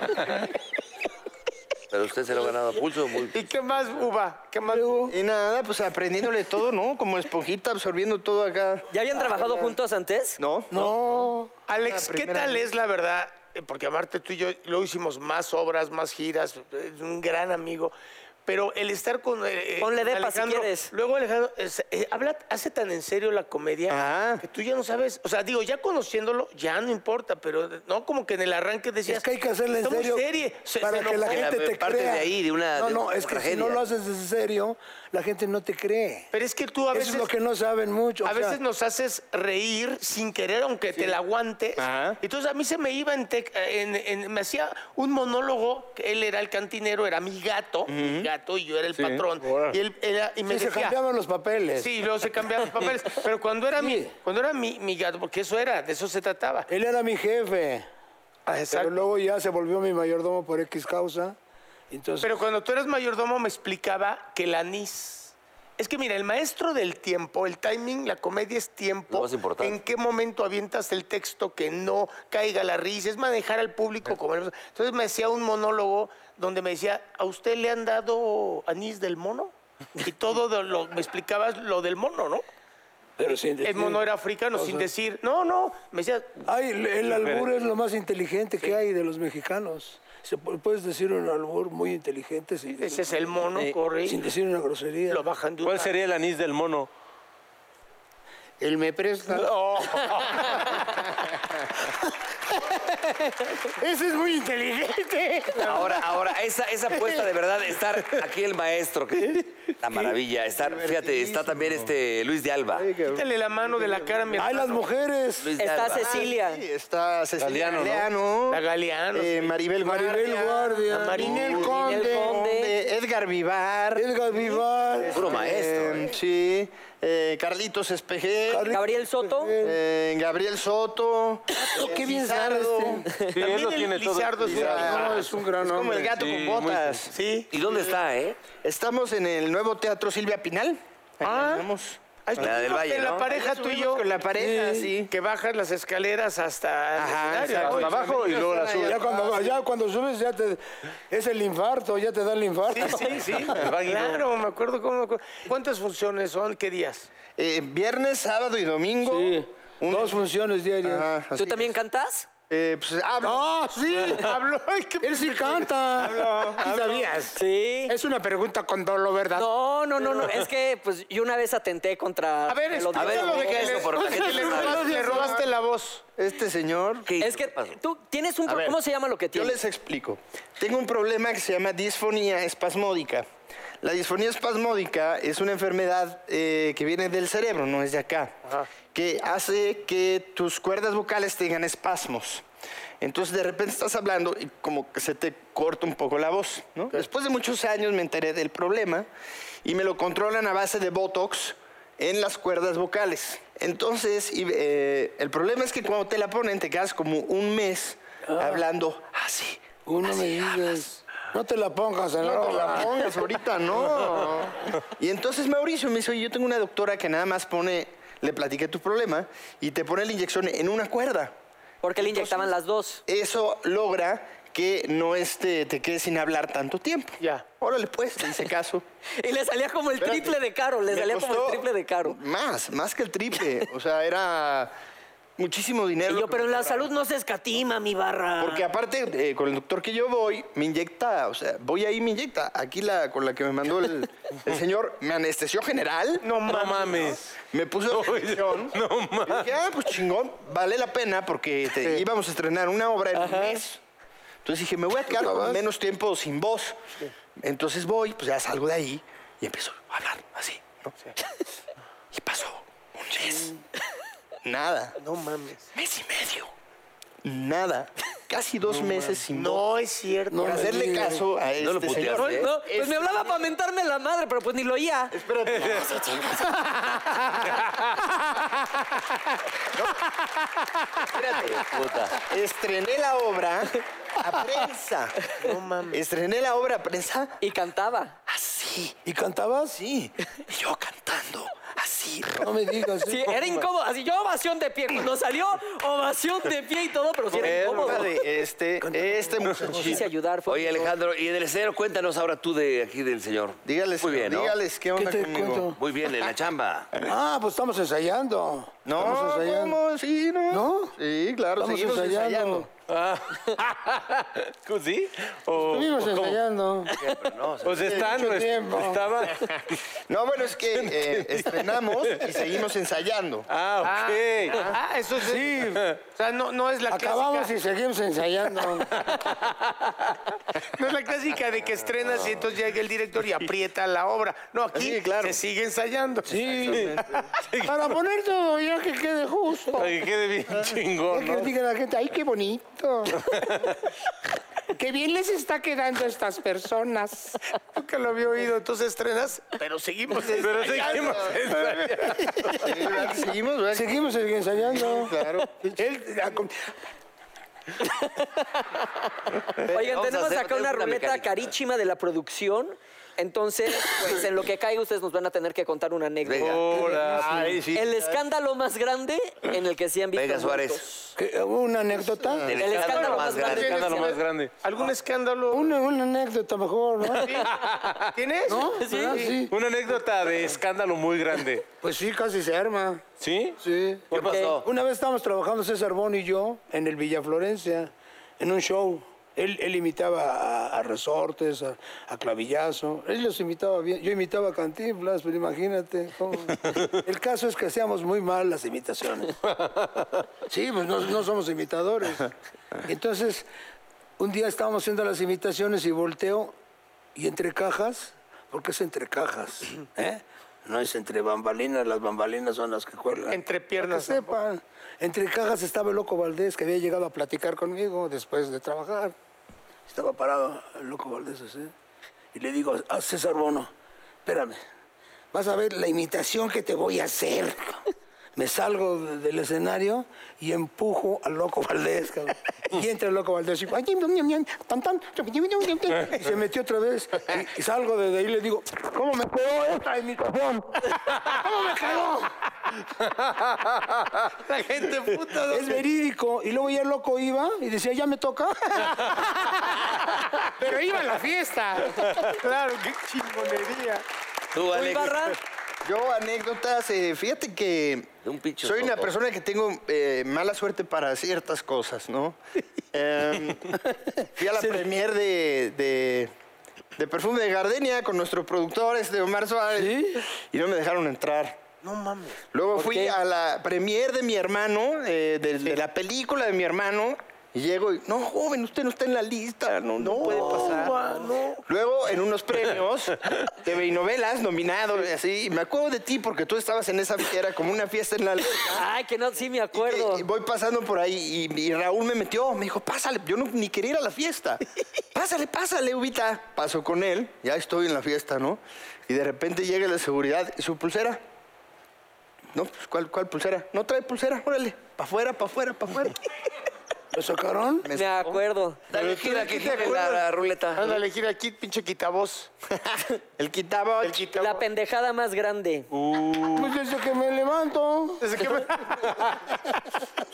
Pero usted se lo ha ganado a pulso. Muy...
¿Y qué más, Uva? ¿Qué más? Hugo?
Y nada, pues aprendiéndole todo, ¿no? Como esponjita absorbiendo todo acá.
¿Ya habían trabajado juntos antes?
¿No?
No. Alex,
La
¿qué
primera
tal
vez.
es la verdad? Eh, Porque amarte tú y yo lo hicimos más obras, más giras, es un gran amigo. Pero el estar con. eh, eh,
Ponle
con
depa si
Alejandro-
quieres.
Luego Alejandro, es- eh, habla, hace tan en serio la comedia
Ah.
Ajá.
que tú ya no sabes. O sea, digo, ya conociéndolo, ya no importa, pero eh, no como que en el arranque decías.
Es que hay que hacerla en
"Está muy
serio
serie". Se-
para
se
que la
enojó.
gente te
Parte
crea.
de ahí, de una-
No,
de
no,
una
es que si
tragedia.
no lo haces en serio, la gente no te cree.
Pero es que tú a veces.
Eso es lo que no saben mucho. o
A
sea,
veces nos haces reír sin querer, aunque te la aguantes.
Ajá.
Entonces a mí se me iba en, tec- en- en- Me hacía un monólogo. que Él era el cantinero, era mi gato, mi gato, y yo era el patrón.
órale.
Y él era. Y me
sí, se
decía-
cambiaban los papeles.
Sí, luego se cambiaban los papeles. Pero cuando era, mi, cuando era mi, mi gato, porque eso era, de eso se trataba.
Él era mi jefe.
exacto.
Eh, Pero luego ya se volvió mi mayordomo por X causa. Entonces,
Pero cuando tú eras mayordomo me explicaba que el anís. Es que mira, el maestro del tiempo, el timing, la comedia es tiempo.
Lo más importante.
En qué momento avientas el texto que no caiga la risa, es manejar al público como. Entonces me hacía un monólogo donde me decía, ¿a usted le han dado anís del mono? Y todo de lo, me explicabas lo del mono, ¿no?
pero sin
El
decir-
mono era africano, sin decir, no, no. Me decía,
Ay, el, el albur es lo más inteligente que hay de los mexicanos. Se, pu- puedes decir un albur muy inteligente sin,
ese es el mono, corre.
sin decir una grosería.
Lo bajan de una-
¿Cuál sería el anís del mono?
Él me presta.
Oh.
Ese es muy inteligente.
Ahora, ahora, esa, esa apuesta de verdad, estar aquí el maestro, que la maravilla, estar, fíjate, está también este Luis de Alba.
Quítale la mano de la cara a mi
¡Ay, las
hermano.
mujeres!
Luis de
Está
Alba.
Cecilia.
Sí, está Cecilia
Galeano, ¿no?
Galeano,
La Galeano,
eh,
sí.
Maribel Guardia.
Maribel Guardia.
Maribel
Ninel
Ninel
Conde.
Conde.
Edgar Vivar.
Edgar Vivar.
Puro maestro.
eh, sí. eh, Carlitos Espejel.
Gabriel Soto.
eh, Gabriel Soto.
Oh, ¡Qué bien sabe este!
Sí, él
También
lo
el
tiene todo.
Lizardo es un
Lizardo.
animal.
No, es un gran
Es como
hombre.
el gato
Sí,
con
muy
botas.
Sí.
¿Y dónde está, eh?
Estamos en el nuevo Teatro Silvia Pinal. Ahí
Ah.
andamos.
Ahí
La del
estuvimos
Valle,
en La
¿no?
pareja
Ahí
tú y
estuvimos
yo.
con la pareja, sí.
Que bajas las escaleras hasta el
Ajá,
escenario,
exacto.
¿no?
Hasta abajo y luego la sube.
Ya cuando, ya cuando subes, ya te. Es el infarto, ya te da el infarto.
Sí, sí.
váguido.
claro, me acuerdo cómo. me acuerdo. ¿Cuántas funciones son? ¿Qué días?
Eh, viernes, sábado y domingo.
Sí.
Un-
Dos funciones diarias.
Ajá, así
¿Tú también cantas?
Eh, pues hablo.
¡Ah, sí!
Hablo. ay, qué-
Él sí canta. ¿Sí sabías?
Sí.
Es una pregunta con dolo,
Ah.
¿verdad?
No, no, no, no. Es que pues yo una vez atenté contra.
A ver,
el otro.
A ver,
explícalo de que
explica eso,
le-
por favor.
que le robaste- le robaste la voz.
Este señor.
¿Qué hizo?
Es que
¿Qué pasó?
tú tienes un.
A
pro-
ver,
¿Cómo se llama lo que
Yo
tienes?
les explico. Tengo un problema que se llama disfonía espasmódica. La disfonía espasmódica es una enfermedad eh, que viene del cerebro, no es de acá, que hace que tus cuerdas vocales tengan espasmos. Entonces de repente estás hablando y como que se te corta un poco la voz. ¿no? Después de muchos años me enteré del problema y me lo controlan a base de Botox en las cuerdas vocales. Entonces, y, eh, el problema es que cuando te la ponen te quedas como un mes
Ah.
hablando así.
Uno me digas. No te la pongas, en
Ah.
No te la pongas ahorita, no. Y entonces Mauricio me dice, oye, yo tengo una doctora que nada más pone, le platiqué tu problema y te pone la inyección en una cuerda.
Porque le inyectaban las dos.
Eso logra que no este, te quedes sin hablar tanto tiempo.
Ya.
Órale, pues, te hice caso.
Y le salía como el
Espérate.
triple de caro. Le
Me
salía como el
costó
triple de caro.
Más, más que el triple. O sea, era muchísimo dinero.
Y yo,
lo que
pero
me
en la
cobraba.
salud no se escatima, mi barra.
Porque aparte, eh, con el doctor que yo voy, me inyecta, o sea, voy ahí y me inyecta. Aquí la con la que me mandó el, el señor, me anestesió general.
No mames.
Me puso inyección. No mames. Dije, ah, pues chingón, vale la pena porque te- íbamos a estrenar una obra en un mes. Entonces dije, me voy a quedar con menos tiempo sin voz. Entonces voy, pues ya salgo de ahí y empiezo a hablar así, ¿no? Y pasó un mes. Nada.
No mames.
Mes y medio. Nada. Casi dos meses sin voz.
No es cierto.
Para hacerle caso a este
lo puteaste,
señor.
¿eh?
No, pues me hablaba para mentarme la madre, pero pues ni lo oía.
Estrené la obra a prensa.
No mames.
Estrené la obra a prensa
Y cantaba.
así.
¿Y cantabas?
Así. Y yo cantando así.
No me digas. ¿eh?
Sí, era incómodo. Así yo ovación de pie. Cuando salió, ovación de pie y todo, pero sí era incómodo.
Obra de este, este
No
muchachito.
quise ayudar. fue
Oye,
un-
Alejandro, y en el escenario, cuéntanos ahora tú de aquí del señor.
Dígales,
Muy bien, ¿no?
dígales qué onda
te
conmigo.
cuento?
Muy bien, en la chamba.
Ah, pues estamos ensayando.
No,
estamos ensayando.
¿cómo? Sí, no.
¿No?
Sí, claro,
Estamos
seguimos ensayando.
ensayando.
¿Sí? O,
Estuvimos ensayando.
Pero no, o sea,
o sea, están,
Mucho
no es-
tiempo.
estaba...
No, bueno, es que eh, estrenamos y seguimos ensayando.
Ah, ok.
Ah, eso es. Sí. O sea, no, no es la
Acabamos
clásica.
y seguimos ensayando.
No es la clásica de que estrenas y entonces llega el director y aprieta la obra. No, aquí
Sí, claro.
se sigue ensayando.
Sí. Para poner todo ya que quede justo.
Para que quede bien
Ya
chingón,
que
¿no?
diga la gente, ay, qué bonito. qué bien les está quedando a estas personas.
Nunca lo había oído. Entonces estrenas, pero seguimos
Pero
ensayando.
seguimos ensayando.
Sí, ¿verdad que seguimos, ¿verdad?
Seguimos ensayando.
Claro.
Él, ah, la com-
Oigan,
Vamos a
tenemos
hacer-
acá una
tenemos una
ruleta
mecánica.
carísima de la producción. Entonces, pues en lo que caiga, ustedes nos van a tener que contar una anécdota.
Venga,
Ahora, ay, sí.
El escándalo más grande en el que se han visto.
venga,
envueltos.
Suárez.
que- una anécdota.
El
escándalo más grande.
El escándalo más grande.
¿Algún escándalo?
Una, una anécdota mejor, ¿no?
¿Tienes?
¿No? ¿Verdad? Sí.
Una anécdota de escándalo muy grande.
Pues sí, casi se arma. Oh.
¿Sí?
Sí.
¿Qué pasó?
Una vez estábamos trabajando César Bono y yo en el Villa Florencia, en un show. Él, él imitaba a, a Resortes, a, a Clavillazo. Él los imitaba bien. Yo imitaba a Cantinflas, pero imagínate. cómo. El caso es que hacíamos muy mal las imitaciones. Sí, pues no, no somos imitadores. Entonces, un día estábamos haciendo las imitaciones y volteo y entre cajas, porque es entre cajas, ¿eh? No es entre bambalinas, las bambalinas son las que cuelgan.
Entre piernas.
Para que sepan. Entre cajas estaba el Loco Valdés, que había llegado a platicar conmigo después de trabajar. Estaba parado el Loco Valdés así. Y le digo a César Bono, espérame, vas a ver la imitación que te voy a hacer. cabrón". Me salgo de- del escenario y empujo al Loco Valdés. cabrón. Y entra el Loco Valdés y, "Ay, ñam, ñam, ñam, tan, tan, chum, chum, chum, chum". Y se metió otra vez. Y, y salgo de ahí y le digo, ¿cómo me quedó esta imitación? ¿Cómo me quedó?
La gente puta.
Es verídico. Y luego ya el loco iba y decía, ya me toca.
Pero iba a la fiesta. Claro, qué chingonería.
Tú,
Uy,
Alex.
barra,
Yo, anécdotas, eh, fíjate que
Un pinche
soy una
soco.
persona que tengo eh, mala suerte para ciertas cosas, ¿no? Em, fui a la premier de, de- de Perfume de Gardenia con nuestro productor, este Omar Suárez, y no me dejaron entrar.
No mames.
Luego fui a la premier de mi hermano, eh, de, de la película de mi hermano, y llego y, no, joven, usted no está en la lista, no, no puede pasar. Luego, en unos premios, TV y novelas, nominado, y así, y me acuerdo de ti porque tú estabas en esa, era como una fiesta en la alberca.
Ay, que no, sí me
Y que-
acuerdo.
y voy pasando por ahí y, y Raúl me metió, me dijo, pásale, yo no, ni quería ir a la fiesta. Pásale, pásale, Ubita. Paso con él, ya estoy en la fiesta, ¿no? Y de repente llega la seguridad y su pulsera. No, pues, ¿cuál, cuál pulsera? No trae pulsera, órale, para afuera, para afuera, para afuera.
¿Lo sacaron?
Me acuerdo.
Dale, gira, que gira la, la ruleta.
Ándale, gira aquí, pinche quitavoz.
El quitaba.
El quitavoz.
La pendejada más grande.
Pues desde que me levanto.
Desde que me-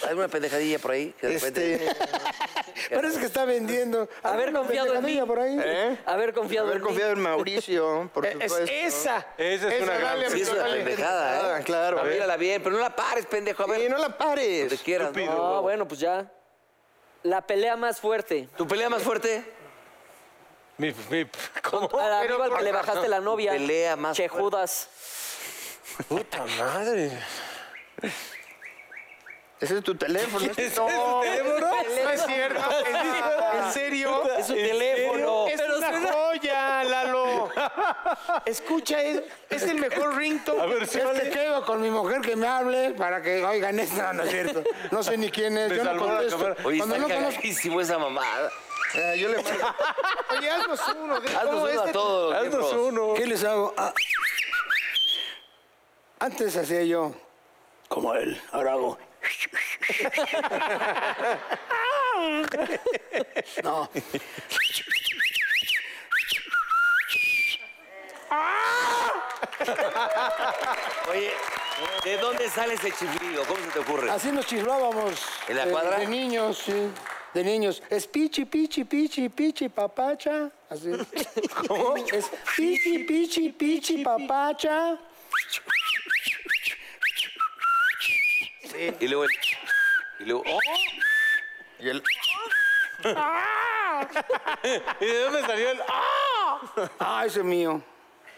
alguna pendejadilla por ahí? que de repente-
Este,
Parece que está vendiendo.
Haber
¿Alguna
confiado en mí.
pendejadilla por ahí?
¿eh?
Haber confiado
Haber
en mí.
confiado en Mauricio, por
Eh, Es,
supuesto.
esa.
Esa es una gran-
dale,
Sí, es
amigo,
una
dale.
pendejada, ¿eh?
Ah, claro.
A ver, mírala bien, pero no la pares, pendejo. A ver,
Y no la
te
pares.
quieras. ¿no?
No, bueno, pues ya. La pelea más fuerte.
¿Tu pelea más fuerte?
Mi, mi- ¿cómo?
A la
Pero
viva al que le bajaste la novia.
Pelea más
Che
fuerte.
Judas.
Puta madre.
Ese es tu teléfono.
No,
este?
No es cierto. ¿En serio?
Es un teléfono.
Es una joya, Lalo. Escucha, es, es el mejor ringtone.
A ver, sí,
Es
vale.
que quedo con mi mujer que me hable para que oigan esto, no, no es cierto. No sé ni quién es,
Me
yo no
salvó la
contesto.
cámara.
Oye,
Cuando
está
no conozco,
cagadísimo esa mamada.
Ah, yo le marco.
Oye, haznos uno. de-
Haznos
¿cómo
uno
es
este
a
de-
todos. los
Haznos
miembros.
uno.
¿qué les hago? Ah. Antes hacía yo como él, ahora hago. No.
Oye, ¿de dónde sale ese chiflido? ¿Cómo se te ocurre?
Así nos chislábamos.
eh, ¿En la
de-
cuadra?
De, niños, sí. De niños. Es pichi, pichi, pichi, pichi, papacha. Así. ¿Cómo? Es pichi, pichi, pichi, papacha.
Y luego el... Y luego... ¡Oh!
Y el-
¿Y de dónde salió el.? ¡Ah!
Ah, ese es mío.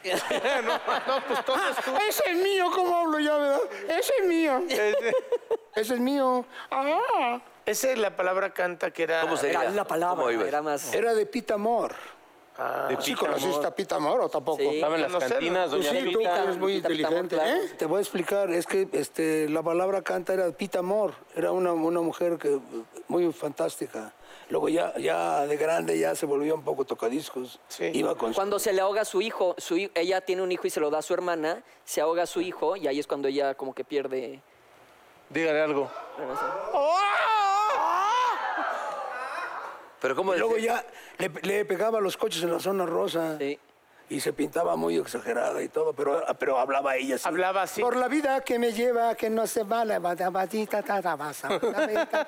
Ah, ese es mío, ¿cómo hablo yo, verdad? Ese es mío.
Ese-
Ese es mío. Ah.
Esa es la palabra canta que era.
¿Cómo sería?
Era la
¿Cómo
palabra.
ibas?
Era más.
Era de Pita Amor.
De
¿Sí
Pita
conociste
Amor.
a Pita Amor o tampoco?
Sí.
Estaba en las
No sé,
cantinas,
Pues
doña
sí, tú
Pita.
que eres muy
Pita Amor,
inteligente.
claro.
¿eh? Te voy a explicar, es que este, la palabra canta era Pita Amor, era una, una mujer que, muy fantástica. Luego ya, ya de grande ya se volvió un poco tocadiscos.
Sí.
Iba con su-
Cuando se le ahoga su hijo, su hi- ella tiene un hijo y se lo da a su hermana, se ahoga su hijo y ahí es cuando ella como que pierde.
Dígale algo.
Pero ¿cómo
Luego
decía?
ya le, le pegaba los coches en la zona rosa.
Sí.
Y se pintaba muy exagerada y todo, pero, pero hablaba ella así.
Hablaba así.
Por la vida que me lleva, que no se va la badabatita, tatabasa, badabita,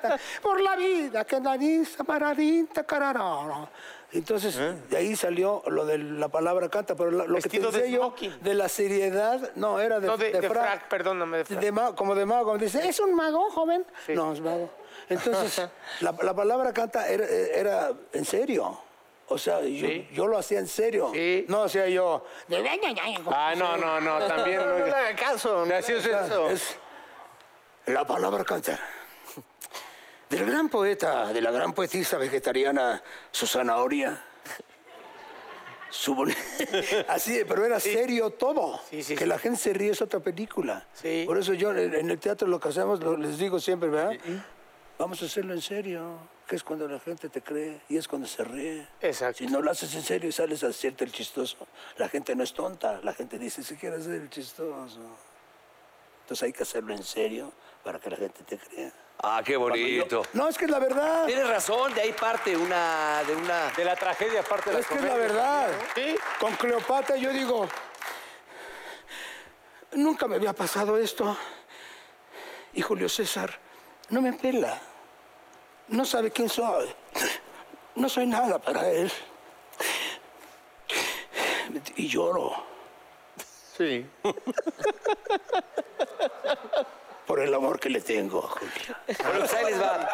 ta- Por la vida que nariz, amaradita, cararara. Entonces, de ahí salió lo de la palabra canta, pero la- lo
¿Eh? Vestido
que te
de
decía yo
smoking.
de la seriedad, no, era de,
No, de- de
frac.
frac, perdóname, de frac.
De ma- como de mago, dice, ¿es un mago, joven? No, es mago. Entonces, la, la palabra canta era, era en serio. O sea, yo, yo lo hacía en serio.
Sí.
No hacía yo.
Ah, no, no, no, también.
No, no le
No,
haga caso. no le
Así
haga
es
caso.
eso.
Es la palabra canta. Del gran poeta, de la gran poetisa vegetariana Susana Oria. Su boni- Así, pero era serio todo.
Sí, sí,
que
sí.
la gente se ríe es otra película.
Sí.
Por eso yo en en el teatro lo que hacemos, lo- les digo siempre, ¿verdad? Vamos a hacerlo en serio, que es cuando la gente te cree y es cuando se ríe.
Exacto.
Si no lo haces en serio y sales a hacerte el chistoso, la gente no es tonta, la gente dice, si quieres ser el chistoso. Entonces hay que hacerlo en serio para que la gente te crea.
Ah, qué bonito.
No, es que es la verdad.
Tienes razón, de ahí parte una... De una...
De la tragedia, aparte de la
Es que es la
comedia.
verdad.
Sí.
Con Cleopatra yo digo, nunca me había pasado esto. Y Julio César no me pela. No sabe quién soy. No soy nada para él. Y lloro
Sí.
por el amor que le tengo a Julio.
Bueno, pues ahí les va.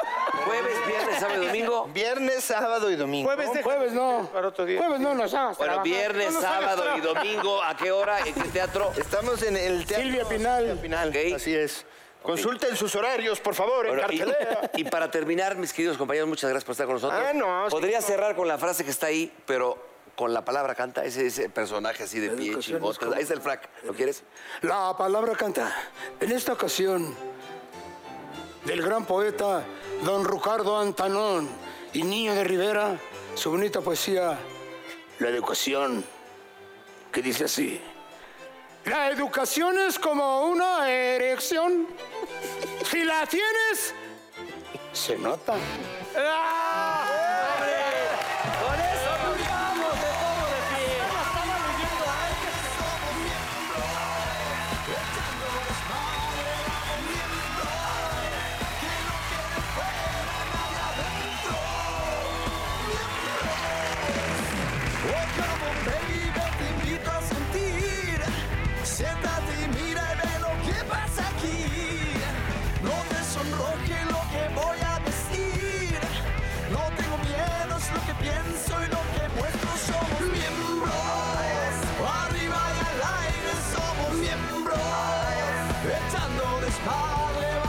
Jueves, viernes, sábado y domingo.
Viernes, sábado y domingo.
Jueves, de
Jueves no.
Para otro día.
Jueves no nos hagas
Bueno,
trabajar.
viernes,
No nos hagas
sábado y
trabajar.
domingo. ¿A qué hora? ¿En qué teatro?
Estamos en el teatro.
Silvia Pinal.
Ok.
Así es. Consulten sus horarios, por favor, en
Bueno, y,
cartelera.
y para terminar, mis queridos compañeros, muchas gracias por estar con nosotros.
Ah, no, sí.
Podría cerrar con la frase que está ahí, pero con la palabra canta, ese, ese personaje así de
La
pie,
educación
chingón.
es como-
Ahí está el frac, ¿lo quieres?
La palabra canta. En esta ocasión, del gran poeta don Ricardo Antanón y Niño de Rivera, su bonita poesía, La educación, que dice así. La educación es como una erección. Si la tienes, se nota.
Con eso nos vamos de todo de pie.
Miembros, que no is my limit.